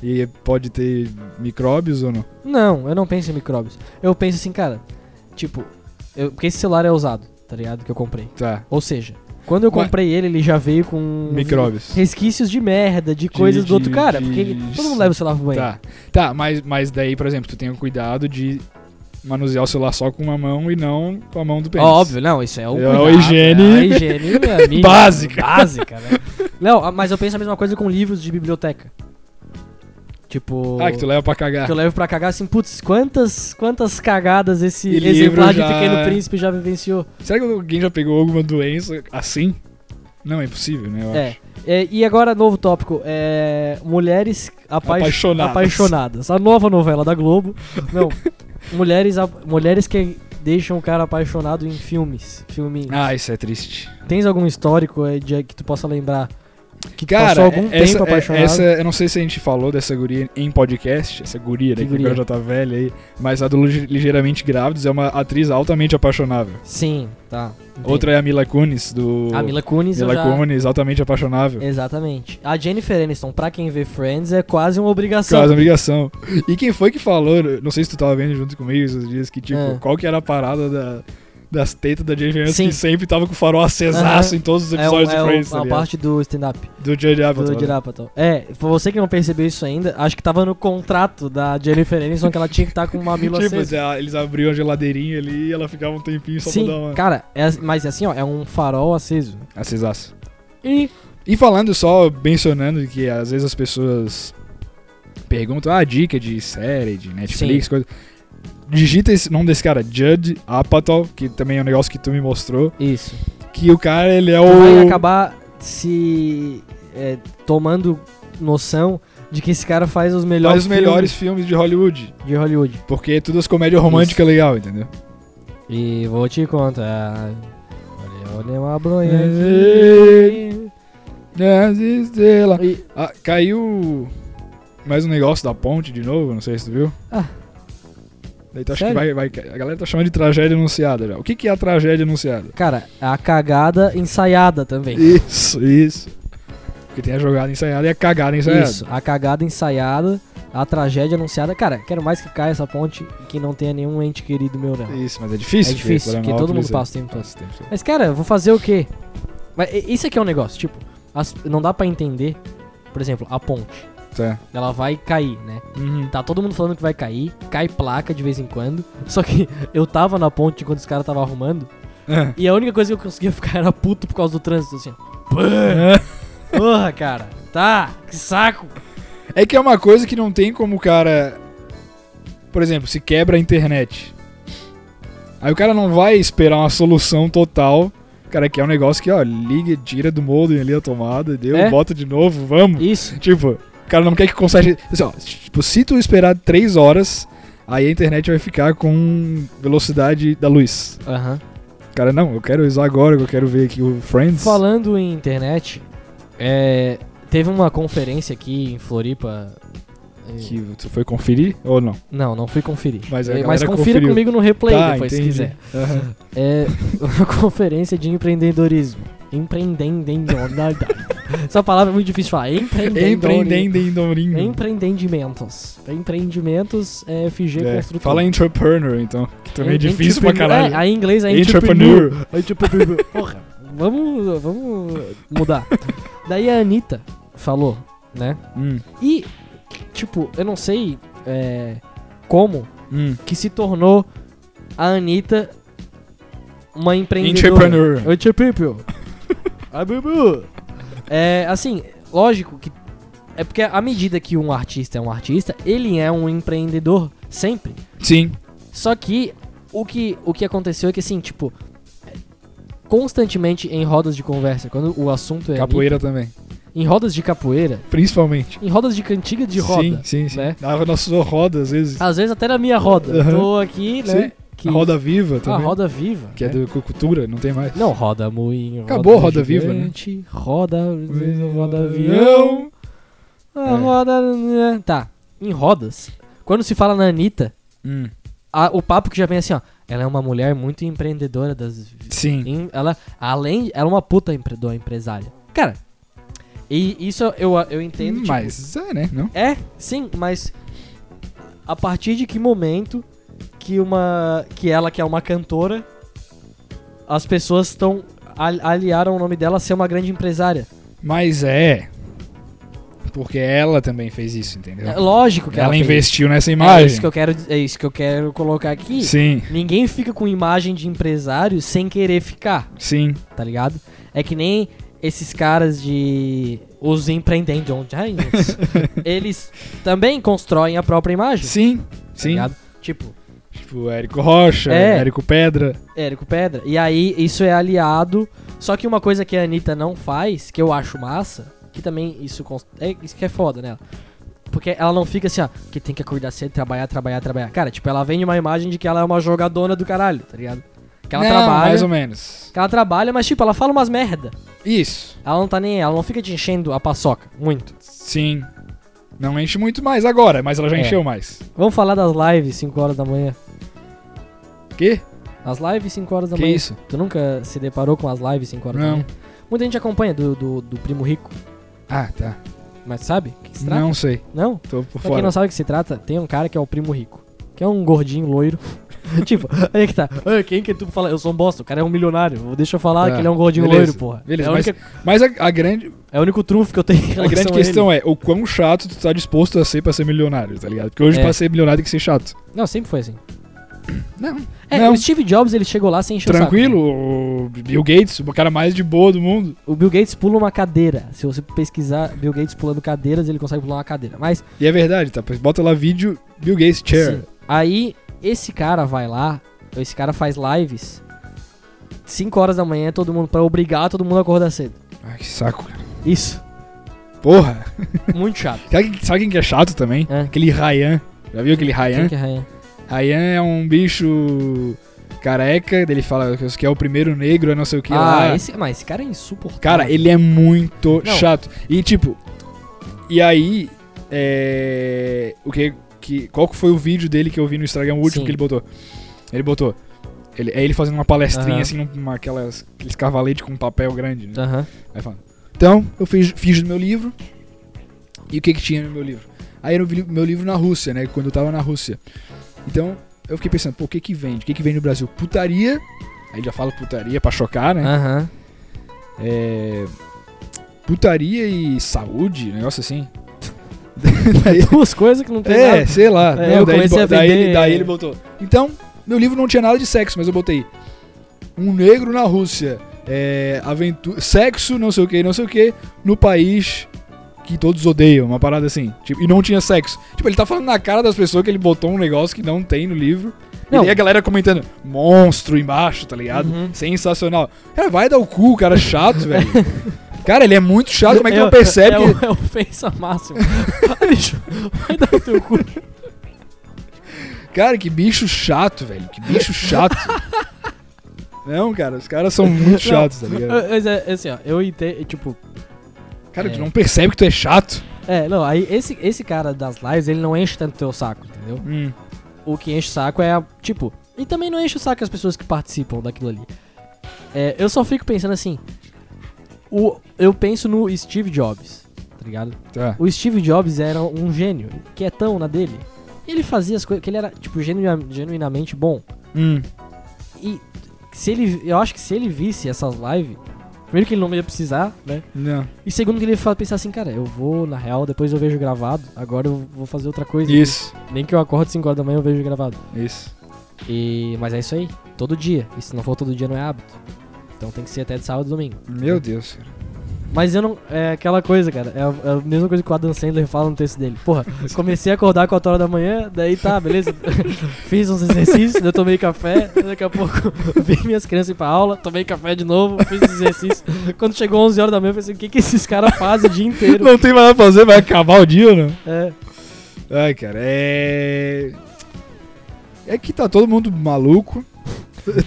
E pode ter micróbios ou não?
Não, eu não penso em micróbios. Eu penso assim, cara. Tipo, eu- porque esse celular é usado, tá ligado? Que eu comprei.
Tá.
Ou seja, quando eu
Ué.
comprei ele, ele já veio com.
Micróbios.
Resquícios de merda, de coisas
de-
do outro cara.
de-
Porque ele- todo mundo leva o celular pro banheiro.
Tá. Tá, mas, mas daí, por exemplo, tu tem o cuidado de manusear o celular só com uma mão e não com a mão do pênis.
Óbvio, não, isso é o
É
cuidado,
a higiene-
é a higiene né, mínima,
Básica.
Básica, né? Não, ah, mas eu penso a mesma coisa com livros de biblioteca. Tipo.
Ah, que tu leva pra cagar.
que eu levo pra cagar assim, putz, quantas, quantas cagadas esse
E livro
exemplar de
já- é.
Pequeno Príncipe já vivenciou?
Será que alguém já pegou alguma doença assim? Não, é impossível, né? Eu
É.
acho.
É, E agora, novo tópico. É, mulheres apaix-
Apaixonadas.
apaixonadas. A nova novela da Globo. Não. mulheres, ap- mulheres que deixam o cara apaixonado em filmes. Filminhos.
Ah, isso é triste.
Tens algum histórico aí de, que tu possa lembrar? Que tu
Cara,
passou algum
essa,
tempo
é-
apaixonado?
essa- eu não sei se a gente falou dessa guria em podcast, essa guria, né,
Que
que agora
guria?
já tá velha aí, mas a do Lige- Ligeiramente Grávidos é uma atriz altamente apaixonável.
Sim, tá. entendi.
Outra é a Mila Kunis, do...
A Mila Kunis. eu
Mila
já-
Kunis, altamente apaixonável.
Exatamente. A Jennifer Aniston, pra quem vê Friends, é quase uma obrigação.
Quase obrigação. E quem foi que falou, não sei se tu tava vendo junto comigo esses dias, que tipo,
É.
qual que era a parada da- das tetas da Jennifer Aniston
Sim.
que sempre tava com o farol acesaço
Aham.
em todos os
É, um-
episódios
é
do
um-
Friends, tá
uma
ligado?
parte do stand-up.
Do Jerry Appleton.
Do
né?
Jirapatal. É, pra você que não percebeu isso ainda, acho que tava no contrato da Jennifer Aniston que ela tinha que estar com uma mamilo
Tipo,
aceso.
ah, eles abriam a geladeirinha ali e ela ficava um tempinho só
Sim,
pra dar uma...
cara, é as- mas é assim, ó, é um farol aceso.
Acesaço.
E
E falando só, mencionando que às vezes as pessoas perguntam, ah, dica de série, de Netflix, coisa... Digita esse nome desse cara, Judd Apatow, que também é um negócio que tu me mostrou,
isso.
que o cara, ele é
Tu vai
o...
acabar se é, tomando noção de que esse cara faz os melhores,
Faz os um melhores filmes de Hollywood.
filmes de Hollywood.
Porque é tudo as comédias românticas legal, entendeu?
E vou te contar. Olha, olha uma bronha.
Ei.
aqui.
As estrelas.
E-
Ah, caiu mais um negócio da ponte de novo, não sei se tu viu.
Ah.
Daí tu acha que
Sério?
vai, vai- A galera tá chamando de tragédia anunciada já. O que, que é a tragédia anunciada?
Cara, a cagada ensaiada também.
Isso, isso. Porque tem a jogada ensaiada e a cagada ensaiada.
Isso, a cagada ensaiada, a tragédia anunciada. Cara, quero mais que caia essa ponte e que não tenha nenhum ente querido meu nela.
Isso, mas é difícil.
É difícil, porque todo mundo passa o tempo todo. Mas, cara, eu vou fazer o quê? Mas i- isso aqui é um negócio, tipo, as- não dá pra entender. Por exemplo, a ponte.
Tá.
Ela vai cair, né?
Uhum.
Tá todo mundo falando que vai cair, cai placa de vez em quando. Só que eu tava na ponte quando os caras tava arrumando.
É.
E a única coisa que eu conseguia ficar era puto por causa do trânsito, assim. Porra, cara. Tá, que saco.
É que é uma coisa que não tem como o cara. Por exemplo, se quebra a internet. Aí o cara não vai esperar uma solução total. O cara quer um negócio que, ó, liga, tira do modem ali a tomada, deu,
É.
bota de novo, vamos.
Isso.
Tipo, o cara não quer que conserte. assim, ó, tipo, se tu esperar 3 horas, aí a internet vai ficar com velocidade da luz.
Aham.
O cara, não, eu quero usar agora, eu quero ver aqui o Friends.
Falando em internet, é, teve uma conferência aqui em Floripa. é,
Que tu foi conferir ou não?
Não, não fui conferir.
Mas a
É,
galera
confira
conferiu.
comigo no replay
Tá,
depois,
entendi.
se quiser. É uma conferência de empreendedorismo. Empreendendendonalidade. Essa palavra é muito difícil de falar. Empreendendori-
Empreendendo em Domingo.
Empreendendimentos. Empreendimentos é FG
É,
Construtor.
Fala entrepreneur, então. Que também é
Ent-
difícil pra
entrepreneur.
caralho.
É, aí em inglês é entrepreneur.
entrepreneur.
Aí, tipo, porra, vamos, vamos mudar. Daí a Anitta falou, né?
Hum,
E, tipo, eu não sei é, como
hum.
que se tornou a Anitta uma empreendedora.
Entrepreneur.
Entrepreneur. A bubu. É, assim, lógico que. É porque à medida que um artista é um artista, ele é um empreendedor sempre.
Sim.
Só que o que, o que aconteceu é que, assim, tipo, constantemente em rodas de conversa, quando o assunto é.
Capoeira também.
Em rodas de capoeira,
Principalmente.
em rodas de cantiga de roda.
Sim, sim, sim.
né?
Na, na sua roda, às vezes.
Às vezes até na minha roda.
Aham.
Tô aqui, né?
Sim. A roda viva
a
também.
roda viva.
Que é
né?
do cultura, não tem mais.
Não, roda moinho.
Acabou a roda viva, né?
gigante, Roda. Roda avião. A
É.
roda. né? Tá. Em rodas. Quando se fala na Anitta,
Hum,
a- o papo que já vem assim, ó. Ela é uma mulher muito empreendedora das
Sim.
Em- Ela, além, ela é uma puta empreendedora empresária. Cara, e isso eu, eu entendo. tipo,
Mas é, né? Não?
é, sim, mas a partir de que momento que uma que ela que é uma cantora, as pessoas estão aliaram o nome dela a ser uma grande empresária?
Mas é. Porque ela também fez isso, entendeu?
É lógico que
ela
ela, fez.
investiu nessa
É
imagem.
isso que eu quero, é isso que eu quero colocar aqui.
Sim,
Ninguém fica com imagem de empresário sem querer ficar.
sim.
tá ligado? É que nem esses caras de. Os empreendentes, eles também constroem a própria imagem.
Sim,
tá
sim.
ligado? Tipo,
Tipo, Érico Rocha,
É.
Érico Pedra.
Érico Pedra. E aí, isso é aliado. Só que uma coisa que a Anitta não faz, que eu acho massa, que também isso cons- é isso que é foda, né? Porque ela não fica assim, ó, que tem que acordar cedo, trabalhar, trabalhar, trabalhar. Cara, tipo, ela vende uma imagem de que ela é uma jogadona do caralho, tá ligado? Que ela
Não,
trabalha.
Mais ou menos.
Que ela trabalha, mas tipo, ela fala umas merda.
Isso.
Ela não tá nem. Ela não fica te enchendo a paçoca. Muito.
Sim. Não enche muito mais agora, mas ela já
É.
encheu mais.
Vamos falar das lives 5 horas da manhã.
Quê?
As lives 5 horas da
Que
manhã.
isso?
Tu nunca se deparou com as lives 5 horas da
Não.
manhã? Muita gente acompanha do, do, do Primo Rico,
Ah, tá.
mas sabe o que, que se trata?
Não sei.
Não?
Tô por
Pra quem
fora.
não sabe o que se trata, tem um cara que é o Primo Rico. Que é um gordinho loiro. tipo, aí que tá. "Ah, Quem que tu fala? Eu sou um bosta, o cara é um milionário. Deixa eu falar
Tá,
que ele é um gordinho
beleza,
loiro, porra.
beleza,
é, a
mas-
única-
Mas a, a grande,
é o único trunfo que eu tenho. em
a grande
relação ele.
questão é o quão chato tu tá disposto a ser pra ser milionário, tá ligado? Porque hoje
É.
pra ser milionário tem que ser chato.
Não, sempre foi assim.
Não.
É,
é- Não.
o Steve Jobs ele chegou lá sem encher o saco. né?
Tranquilo, o Bill Gates, o cara mais de boa do mundo.
O Bill Gates pula uma cadeira. Se você pesquisar Bill Gates pulando cadeiras, ele consegue pular uma cadeira. Mas,
E é verdade, tá? Pois Bota lá vídeo Bill Gates chair.
assim, aí, esse cara vai lá, esse cara faz lives 5 horas da manhã, todo mundo, pra obrigar todo mundo a acordar cedo.
Ai, que saco, cara.
Isso.
Porra.
Muito chato.
Sabe, quem- sabe quem que é chato também?
É.
Aquele Ryan. Já viu aquele Ryan?
Quem que é Ryan?
Ryan é um bicho careca, ele fala que é o primeiro negro, é não sei o que lá.
Ah, esse, mas esse cara é insuportável.
Cara, ele é muito
Não.
chato. E tipo, e aí, é, o que, que qual que foi o vídeo dele que eu vi no Instagram, o último
Sim.
que ele botou? Ele botou ele, é ele fazendo uma palestrinha
Aham.
assim, numa, aquelas, aqueles cavaletes com papel grande, né?
Aham.
Aí falando. Então, eu fiz, fiz no meu livro. E o que que tinha no meu livro? Aí era o vi- meu livro na Rússia, né? Quando eu tava na Rússia. Então, eu fiquei pensando, pô, o que que vende? O que que vende no Brasil? Putaria. Aí já fala putaria pra chocar, né?
Aham.
É... Putaria e saúde, negócio assim. daí,
Duas coisas que não tem
é,
nada.
sei lá.
É,
Não,
eu
daí, ele,
comecei
bo-
a
daí,
vender-
ele, daí ele botou. Então, meu livro não tinha nada de sexo, mas eu botei. Um negro na Rússia. É, aventura, sexo, não sei o que, não sei o que, no país que todos odeiam, uma parada assim. Tipo, e não tinha sexo. Tipo, ele tá falando na cara das pessoas que ele botou um negócio que não tem no livro.
Não.
E aí a galera comentando, monstro embaixo, tá ligado?
Uhum.
Sensacional. Cara, vai dar o cu, cara é chato, velho. Cara, ele é muito chato, como é que
É
não
o-
percebe?
É, o-
que-
é ofensa máxima. Ah, Bicho, vai dar o teu cu.
Cara, que bicho chato, velho. Que bicho chato. não, cara, os caras são muito chatos, tá ligado?
Mas é, assim, ó, eu entendo, tipo,
Cara,
É.
tu não percebe que tu é chato.
É, não, aí esse, esse cara das lives, ele não enche tanto teu saco, entendeu?
Hum.
O que enche o saco é, a- tipo, e também não enche o saco as pessoas que participam daquilo ali. É, eu só fico pensando assim, o, eu penso no Steve Jobs, tá ligado?
Tá.
O Steve Jobs era um gênio, quietão na dele. Ele fazia as coisas, que ele era, tipo, genuina- genuinamente bom.
Hum.
E se ele, eu acho que se ele visse essas lives, primeiro que ele não ia precisar, né?
Não.
E segundo que ele ia pensar assim, cara, eu vou, na real, depois eu vejo gravado, agora eu vou fazer outra coisa.
Isso,
Nem que eu acorde 5 horas da manhã eu vejo gravado.
isso.
E mas é isso aí, todo dia. E se não for todo dia não é hábito. Então tem que ser até de sábado e domingo.
Meu Deus, cara.
Mas eu não. É aquela coisa, cara. É a, é a mesma coisa que o Adam Sandler fala no texto dele. Porra, comecei a acordar 4 horas da manhã, daí tá, beleza. Fiz uns exercícios, daí eu tomei café, daqui a pouco vi minhas crianças ir pra aula, tomei café de novo, fiz os exercícios. Quando chegou 11 horas da manhã, eu pensei, o que, que esses caras fazem o dia inteiro?
Não tem mais nada pra fazer, vai acabar o dia, né? não?
É.
Ai, cara, é. É que tá todo mundo maluco.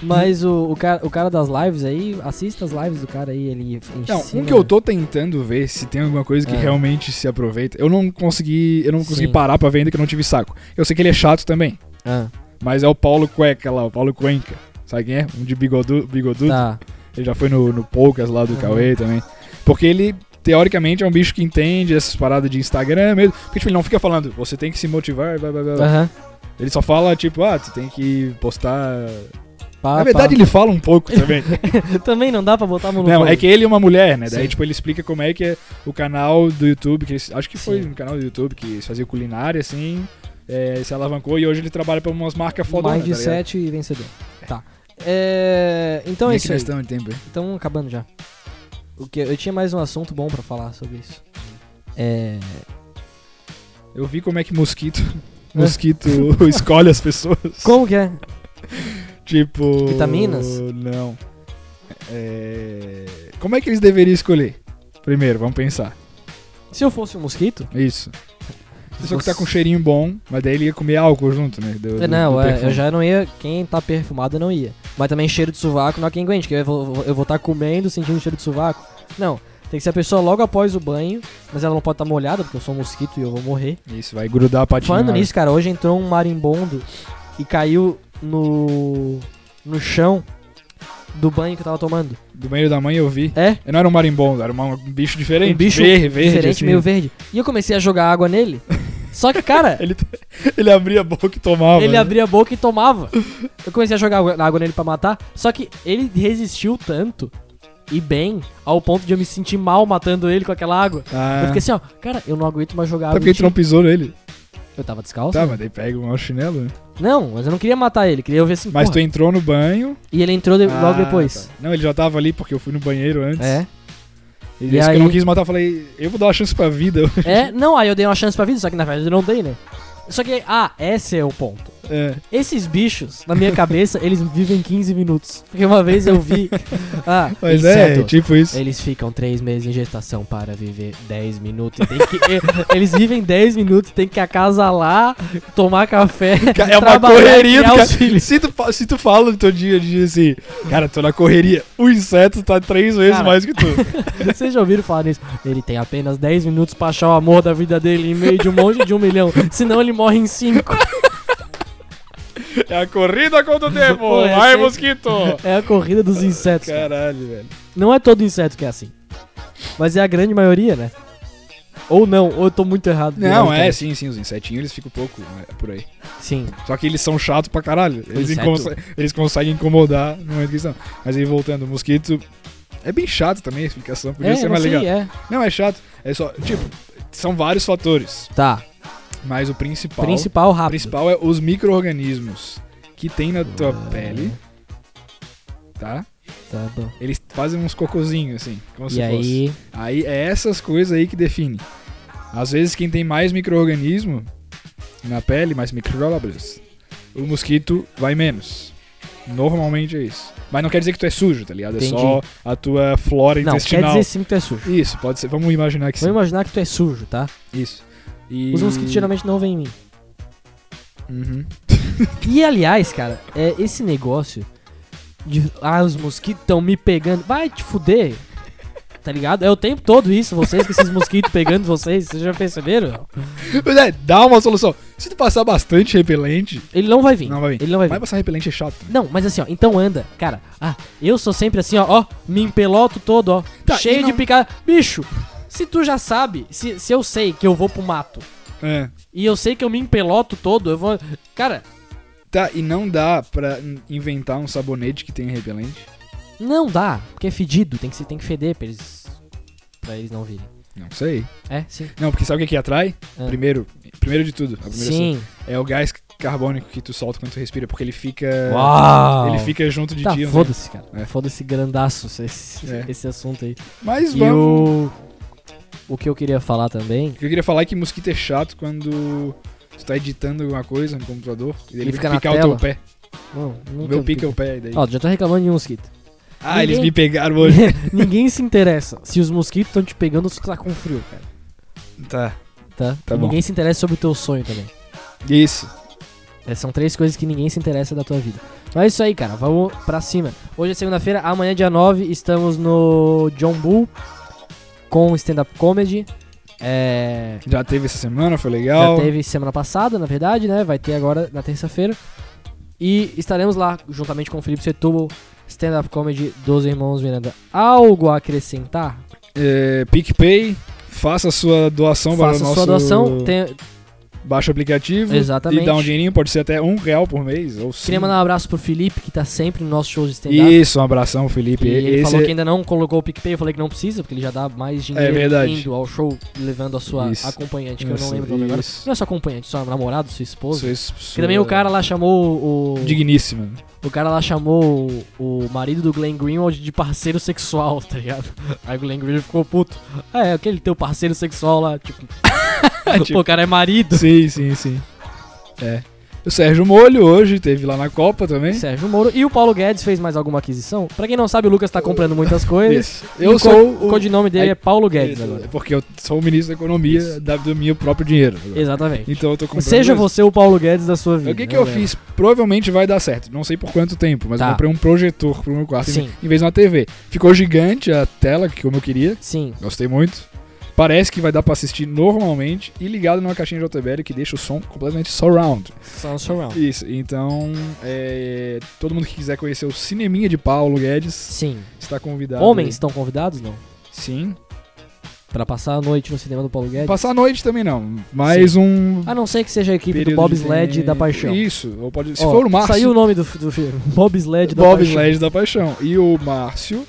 Mas o, o, cara, o cara das lives aí, assista as lives do cara aí, ele ensina.
Não, um que eu tô tentando ver se tem alguma coisa que
É.
realmente se aproveita. Eu não consegui. Eu não consegui
Sim.
parar pra ver ainda que eu não tive saco. Eu sei que ele é chato também.
Ah,
Mas é o Paulo Cueca lá, o Paulo Cuenca. Sabe quem é? Um de bigodu, bigodudo.
tá.
Ele já foi no, no Poucas lá do
Uhum.
Cauê também. Porque ele, teoricamente, é um bicho que entende essas paradas de Instagram mesmo. Porque, tipo, ele não fica falando, você tem que se motivar, blá, blá, blá. blá.
Aham.
Ele só fala, tipo, ah, tu tem que postar...
Pá,
Na verdade, ele fala um pouco também.
pá. também não dá pra botar a mão no
não,
fogo.
é que ele é uma mulher, né? Daí,
um Sim.
tipo, ele explica como é que é o canal do YouTube, que eles- acho que foi
Sim.
um canal do YouTube que eles faziam culinária, assim... é, se alavancou e hoje ele trabalha pra umas marcas fodonas,
mais de
tá ligado?
7 e vencedor. Tá. É, então é
Minha
isso aí.
questão de tempo, hein?
Estamos acabando já. O que, eu tinha mais um assunto bom pra falar sobre isso. É,
Eu vi como é que mosquito Mosquito escolhe as pessoas.
Como que é?
Tipo.
Vitaminas?
Não. É... Como é que eles deveriam escolher? Primeiro, vamos pensar.
Se eu fosse um mosquito.
Isso. Pessoa que tá com um cheirinho bom, mas daí ele ia comer álcool junto, né? Do- do-
É, Não,
do
é,
perfume.
eu já não ia. Quem tá perfumado não ia. Mas também cheiro de sovaco não há quem aguente, que eu vou eu vou tá comendo sentindo cheiro de sovaco. Não, tem que ser a pessoa logo após o banho, mas ela não pode estar molhada, porque eu sou um mosquito e eu vou morrer.
Isso, vai grudar a patinha.
Falando
na-
nisso, cara, hoje entrou um marimbondo e caiu no. no chão do banho que eu tava tomando.
Do banheiro da mãe eu vi.
É?
Não era um marimbondo, era uma- um bicho diferente.
um bicho
verde, verde,
diferente,
assim.
meio verde. E eu comecei a jogar água nele. Só que, cara,
Ele, ele abria a boca e tomava.
ele
né?
abria a boca e tomava. Eu comecei a jogar água- água nele pra matar. Só que ele resistiu tanto e bem ao ponto de eu me sentir mal matando ele com aquela água.
Ah,
Eu fiquei assim, ó, cara, eu não aguento mais jogar
Sabe
água.
Tá porque
em
tu não
ti.
pisou nele?
Eu tava descalço?
Tá, mas daí pega um chinelo. né?
Não, mas eu não queria matar ele, queria ver assim.
Mas tu
porra.
entrou no banho.
E ele entrou de- logo
Ah,
depois.
tá. Não, ele já tava ali porque eu fui no banheiro antes.
É.
E,
E
disse que eu não
aí-
quis matar, eu falei, eu vou dar uma chance pra vida.
É, não, aí eu dei uma chance pra vida, só que na verdade eu não dei, né? Só que, ah, esse é o ponto.
É.
Esses bichos, na minha cabeça, eles vivem 15 minutos. Porque uma vez eu vi. Ah,
Mas
inseto.
é, tipo isso.
Eles ficam 3 meses em gestação para viver 10 minutos. Tem que, e- eles vivem 10 minutos, tem que acasalar, tomar café.
Ca- É uma
trabalhar e
correria do
criar
cara.
os filhos.
Se tu, fa- se tu fala no teu dia a dia assim, cara, tô na correria, o inseto tá três vezes
Cara.
mais que tu.
Vocês já ouviram falar nisso? Ele tem apenas 10 minutos pra achar o amor da vida dele em meio de um monte de um milhão. Senão ele morre em 5.
É a corrida contra o tempo!
Pô, é
Vai,
sempre-
mosquito!
É a corrida dos insetos. cara.
Caralho, velho.
Não é todo inseto que é assim. Mas é a grande maioria, né? Ou não, ou eu tô muito errado.
Não,
Eu
é,
também.
sim, sim, os insetinhos eles ficam pouco né, por aí.
Sim.
Só que eles são chatos pra caralho. Eles,
inseto.
inconse- eles conseguem incomodar no momento que estão. Mas aí voltando, o mosquito. É bem chato também a explicação, podia
é,
ser
eu
mais
não sei,
legal.
é.
Não, é chato. É só. Tipo, são vários fatores.
Tá,
Mas o principal.
principal
O
rápido.
principal é os micro-organismos que tem na tua pele. Tá?
Tá bom.
Eles fazem uns cocôzinhos, assim. Como se
e
fosse.
aí...
Aí é essas coisas aí que define. Às vezes quem tem mais micro-organismo na pele, mais micróbios, o mosquito vai menos. Normalmente é isso. Mas não quer dizer que tu é sujo, tá ligado? É
Entendi.
só a tua flora
Não, quer
intestinal.
dizer sim que tu é sujo.
Isso, pode ser. Vamos imaginar que sim.
Vamos imaginar que tu é sujo, tá?
Isso. E...
Os mosquitos geralmente não vêm em mim.
Uhum.
E aliás, cara, é esse negócio de. Ah, os mosquitos estão me pegando. Vai te fuder! Tá ligado? É o tempo todo isso, vocês com esses mosquitos pegando vocês, vocês já perceberam?
Mas é, dá uma solução. Se tu passar bastante repelente,
Ele não vai vir.
Não vai vir.
Ele não vai vir.
Mas passar repelente é chato.
Não, mas assim, ó, então anda, cara. Ah, eu sou sempre assim, ó, ó, me empeloto todo, ó,
Tá, e
cheio
não-
de picada. Bicho, se tu já sabe, se, se eu sei que eu vou pro mato
É.
e eu sei que eu me empeloto todo, eu vou. Cara,
Tá, e não dá pra in- inventar um sabonete que tenha repelente?
não dá, porque é fedido, tem que, se- tem que feder pra eles. pra eles não virem.
Não sei.
É, sim.
Não, porque sabe o que, que atrai?
Ah.
Primeiro, primeiro de tudo, a primeira
Sim.
coisa, é o gás carbônico que tu solta quando tu respira, porque ele fica.
Uau!
Ele fica junto de
Tá,
ti. né?
foda-se, cara.
É.
Foda-se grandaço esse,
É.
esse assunto aí.
Mas
E
vamos.
o. O que eu queria falar também.
O que eu queria falar é que mosquito é chato quando tu tá editando alguma coisa no computador e ele,
Ele fica na
picar o teu
tela.
pé.
Não, não
O meu pica o pé e daí.
Ó, já tô reclamando de mosquito.
ah,
ninguém-
eles me pegaram hoje.
Ninguém se interessa se os mosquitos estão te pegando ou se tu tá com frio, cara.
tá.
Tá?
Tá
E
bom.
Ninguém se interessa sobre o teu sonho também.
Isso.
É, são três coisas que ninguém se interessa da tua vida. Mas é isso aí, cara. Vamos pra cima. Hoje é segunda-feira, amanhã, dia 9, estamos no John Bull com stand-up comedy. É.
Já teve essa semana, foi
Já
legal.
teve semana passada, na verdade, né? Vai ter agora na terça-feira. E estaremos lá, juntamente com o Felipe Setúbal, stand-up comedy dos irmãos Miranda. Algo a acrescentar?
É, PicPay, faça sua doação para
Faça
Então o nosso
sua doação. Tem...
baixa o aplicativo
Exatamente.
e dá um dinheirinho, pode ser até um real por mês ou
Queria
cinco.
mandar um abraço pro Felipe, que tá sempre no nosso show de stand-up.
Isso, um abração, Felipe.
E ele
Esse
falou
é-
que ainda não colocou o PicPay, eu falei que não precisa, porque ele já dá mais dinheiro
verdade.
indo ao show, levando a sua
Isso.
acompanhante, que eu
Isso,
não lembro o nome agora.
isso.
Não é sua acompanhante, sua namorada, sua esposa.
Sua es-
Que também
sua-
o cara lá chamou o...
Digníssima.
O cara lá chamou o, o marido do Glenn Greenwald de parceiro sexual, tá ligado? Aí o Glenn Greenwald ficou puto. Ah, é aquele teu parceiro sexual lá, tipo. Pô, o cara é marido.
Sim, sim, sim. É. O Sérgio Molho hoje teve lá na Copa também.
Sérgio Moro. E o Paulo Guedes fez mais alguma aquisição? Pra quem não sabe, o Lucas tá comprando muitas coisas.
Isso.
E
Eu
o
sou
co- O codinome dele
Aí-
é Paulo Guedes agora.
É Porque eu sou o ministro da economia da, do meu próprio dinheiro. agora.
Exatamente.
Então eu tô comprando.
Seja
dois.
você o Paulo Guedes da sua vida.
O que, que
né,
eu
velho?
fiz? Provavelmente vai dar certo. Não sei por quanto tempo, mas
Tá.
eu comprei um projetor pro meu quarto em-
Sim.
em vez de uma TV. Ficou gigante a tela, que como eu queria.
Sim.
Gostei muito. Parece que vai dar pra assistir normalmente e ligado numa caixinha de JBL que deixa o som completamente surround.
Só no surround.
Isso, então é, todo mundo que quiser conhecer o Cineminha de Paulo Guedes
Sim.
está convidado.
Homens estão convidados, não?
aí. Sim.
Pra passar a noite no cinema do Paulo Guedes?
Passar a noite também não, mas um...
A não ser que seja a equipe do
período
Bob
de
Sled
tempo.
da Paixão.
Isso, ou pode, se
Ó,
for o Márcio...
Saiu o nome do, do filme. Bob Sled da
Bob
Paixão.
Sled da Paixão. E o Márcio.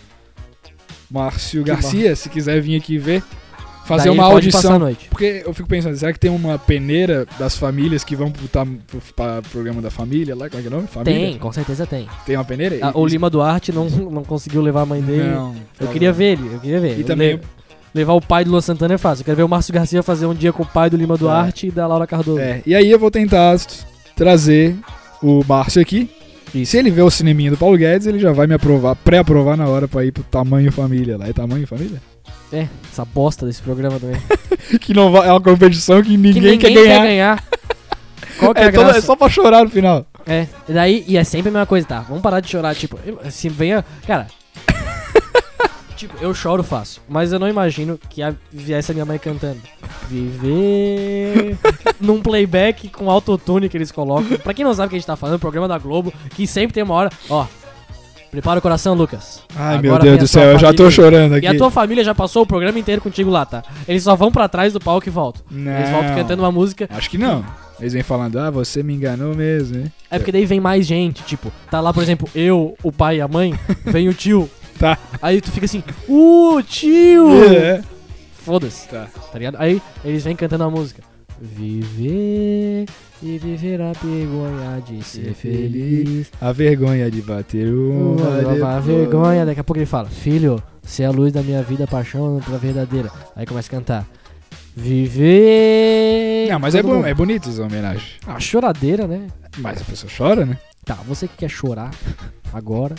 Márcio Garcia, se quiser vir aqui ver, fazer
Daí
uma
ele pode passar a
audição.
noite.
Porque eu fico pensando, será que tem uma peneira das famílias que vão pro, tá, pro, pra programa da família lá? Como é que é o nome? Família?
Tem, com certeza tem.
Tem uma peneira?
Ah, o Lima Duarte não, não conseguiu levar a mãe dele.
Não.
Eu queria ver ele, eu queria ver.
E também-
Le- Levar o pai do Luan Santana é fácil. Eu quero ver o Márcio Garcia fazer um dia com o pai do Lima Duarte e da Laura Cardoso.
Tá. É, e aí eu vou tentar s- trazer o Márcio aqui. E se ele ver o cineminha do Paulo Guedes, ele já vai me aprovar, pré-aprovar na hora pra ir pro tamanho família lá. É tamanho família?
É, essa bosta desse programa também.
Que não vai, é uma competição que ninguém,
que ninguém
quer ganhar.
Qual que é,
É,
a
toda-
graça?
é só pra chorar no final.
É, e daí, e é sempre a mesma coisa, tá? Vamos parar de chorar, tipo, eu- se venha. Cara. tipo, eu choro fácil, mas eu não imagino que a, viesse a minha mãe cantando. Viver. num playback com autotune que eles colocam. Pra quem não sabe o que a gente tá falando, o programa da Globo, que sempre tem uma hora. Ó, prepara o coração, Lucas.
Ai,
Agora
meu
vem a
Deus do céu,
tua
eu já tô
família.
chorando aqui.
E a tua família já passou o programa inteiro contigo lá, tá? Eles só vão pra trás do palco e voltam.
É, Não.
Eles voltam cantando uma música.
Acho que não. Eles vêm falando, ah, você me enganou mesmo, hein?
É porque daí vem mais gente, tipo, tá lá, por exemplo, eu, o pai e a mãe, vem o tio.
Tá.
Aí tu fica assim, uh, tio!
É.
Foda-se,
Tá.
tá ligado? Aí eles vêm cantando a música. Viver e viver a vergonha de ser
Ser
feliz.
A vergonha de bater uma,
Uma
depois.
vergonha, daqui a pouco ele fala, filho, você é a luz da minha vida, a paixão pela verdadeira. Aí começa a cantar. Viver.
Não, mas é,
Todo
bom,
mundo.
é bonito essa homenagem.
A choradeira, né?
Mas a pessoa chora, né?
Tá, você que quer chorar agora,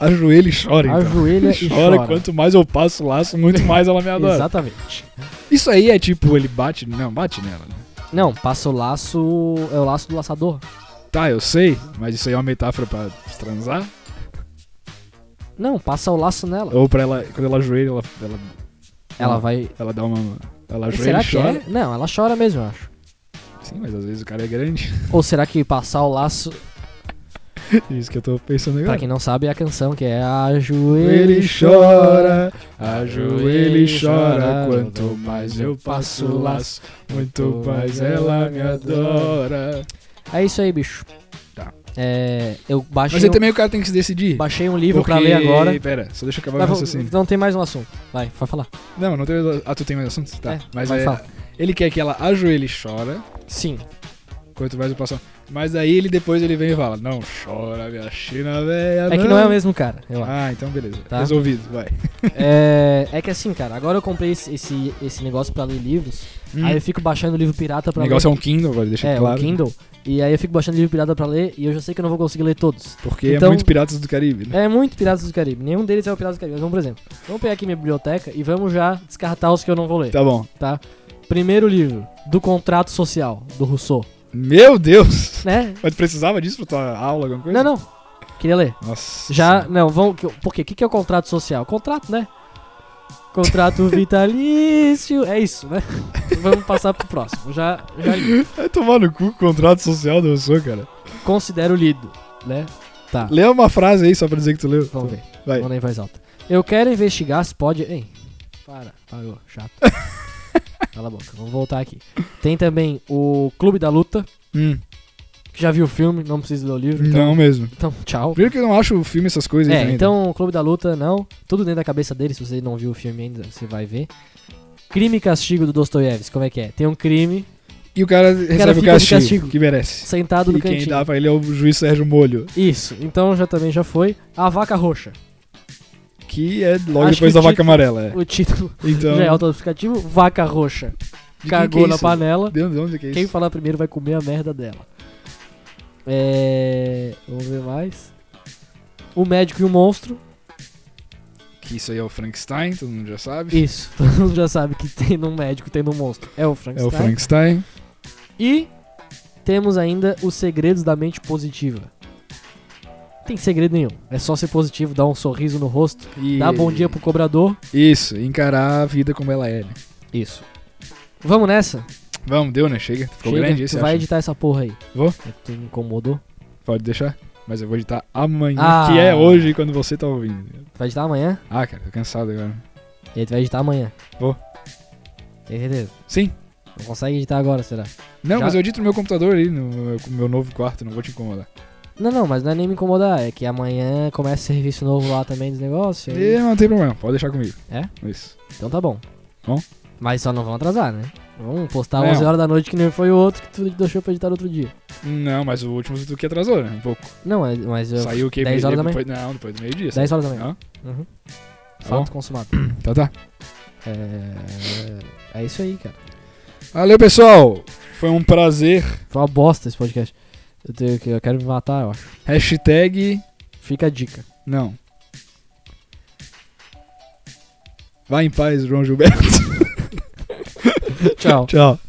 Ajoelha e chora, então.
ajoelha e
Chora,
chora.
quanto mais eu passo o laço, muito mais ela me adora.
Exatamente.
Isso aí é tipo, ele bate. Não, bate nela, né?
Não, passa o laço. É o laço do laçador.
Tá, eu sei, mas isso aí é uma metáfora pra transar?
Não, passa o laço nela.
Ou pra ela. Quando ela ajoelha, ela, ela,
Ela vai.
ela dá uma. Ela ajoelha
Será
e
que
chora?
é? Não, ela chora mesmo, eu acho.
Sim, mas às vezes o cara é grande.
Ou será que passar o laço,
Isso que eu tô pensando agora.
pra quem não sabe, é a canção que é Ajoelha
Ele
e
chora, ajoelha e chora. Quanto mais eu passo o laço, muito mais ela me adora.
É isso aí, bicho.
Tá.
É, eu baixei,
Mas aí
um,
também o cara tem que se decidir.
baixei um livro pra
porque-
ler agora. Tá
Pera, só deixa eu acabar o
Mas vou-
raciocínio.
não tem mais um assunto. Vai, vai falar.
Não, não tem mais. Ah, tu tem mais assuntos? Tá.
É,
mas
vai,
é,
fala.
ele quer que ela ajoelhe e chora.
Sim.
Quanto mais eu passo. Mas aí ele depois ele vem e fala: Não chora, minha China velha.
É que não é o mesmo cara, eu acho.
Ah, então beleza.
Tá.
Resolvido, vai.
É, é que assim, cara, agora eu comprei esse, esse, esse negócio pra ler livros. Aí eu fico baixando livro pirata
Hum. o
pra
negócio
ler.
é um Kindle, vai deixar
é,
claro.
o Kindle. E aí eu fico baixando livro pirata pra ler e eu já sei que eu não vou conseguir ler todos.
Porque
Então-
é muito Piratas do Caribe, né?
É muito Piratas do Caribe. Nenhum deles é o Piratas do Caribe. Mas vamos, por exemplo, vamos pegar aqui minha biblioteca e vamos já descartar os que eu não vou ler,
Tá bom.
tá? Primeiro livro, Do Contrato Social, do Rousseau.
Meu Deus!
Né?
Mas tu precisava disso pra tua aula, alguma coisa?
Não, não. Queria ler.
Nossa.
Já, não, vamos. que- Por quê? O que, que é o contrato social? Contrato, né? Contrato vitalício. É isso, né? Vamos passar pro próximo. Já, já li.
Vai tomar no cu o contrato social do Rousseau, cara.
Considero lido, né? Tá.
Lê uma frase aí só pra dizer que tu leu.
Vamos ver.
Vai.
Vamos ler em voz alta. Eu quero investigar se pode. Ei, para, parou, chato. Cala a boca, vamos voltar aqui. Tem também o Clube da Luta,
Hum,
que já viu o filme, não precisa ler o livro. Então,
não mesmo.
então tchau.
Primeiro que eu não acho o filme essas coisas
É,
ainda.
então o Clube da Luta, não. Tudo dentro da cabeça dele, se você não viu o filme ainda, você vai ver. Crime e Castigo do Dostoiévski, como é que é? Tem um crime
E o cara recebe o,
fica de
castigo,
castigo.
que merece.
sentado no
e quem
cantinho.
dá pra ele é o juiz Sérgio Molho,
Isso, então já também já foi. A Vaca Roxa.
que é logo
Acho
depois
que
da
o
vaca
título-
amarela. é.
O título
Então,
já é autoexplicativo, Vaca Roxa.
De quem
cagou
que é
na
isso?
panela.
De onde, de onde que é
Quem
isso?
falar primeiro vai comer a merda dela. É. Vamos ver mais. O médico e o monstro.
Que isso aí é o Frankenstein, todo mundo já sabe.
Isso, todo mundo já sabe que tem no médico e tem no monstro. É o
É o
Frankenstein.
Frankenstein.
E temos ainda os segredos da mente positiva. Tem segredo nenhum. É só ser positivo, dar um sorriso no rosto,
E...
dar bom dia pro cobrador.
Isso, encarar a vida como ela é, né?
Isso. Vamos nessa?
Vamos, deu, né? Chega. Ficou
Chega,
grande
tu
esse,
vai
acho.
editar essa porra aí. É
Vou.
Tu me incomodou.
Pode deixar. Mas eu vou editar amanhã,
Ah.
que é hoje, quando você tá ouvindo.
Tu vai editar amanhã?
Ah, cara, tô cansado agora.
E aí tu vai editar amanhã.
Vou.
Tem certeza?
Sim.
Não consegue editar agora, será?
Não,
Já-
mas eu edito no meu computador ali, no meu- no meu novo quarto, não vou te incomodar.
Não, não, mas não é nem me incomodar. É que amanhã começa serviço novo lá também dos negócios. aí-
E não tem problema, pode deixar comigo.
É?
Isso.
Então tá bom.
Bom.
Mas só não vão atrasar, né? Vamos postar
Não.
11 horas da noite que nem foi o outro que tu deixou pra editar outro dia.
Não, mas o último tu que atrasou, né? Um pouco.
Não, mas- mas eu.
Saiu o que?
10 horas da manhã.
depois, Não, depois do meio-dia.
10 horas da manhã.
Não?
Uhum.
Tá
Fato
bom.
consumado.
Tá, tá.
É... é isso aí, cara.
Valeu, pessoal! Foi um prazer.
Foi uma bosta esse podcast. Eu, tenho que- eu quero me matar, eu acho.
Hashtag.
Fica a dica.
Não. Vai em paz, João Gilberto.
Tchau.
Tchau.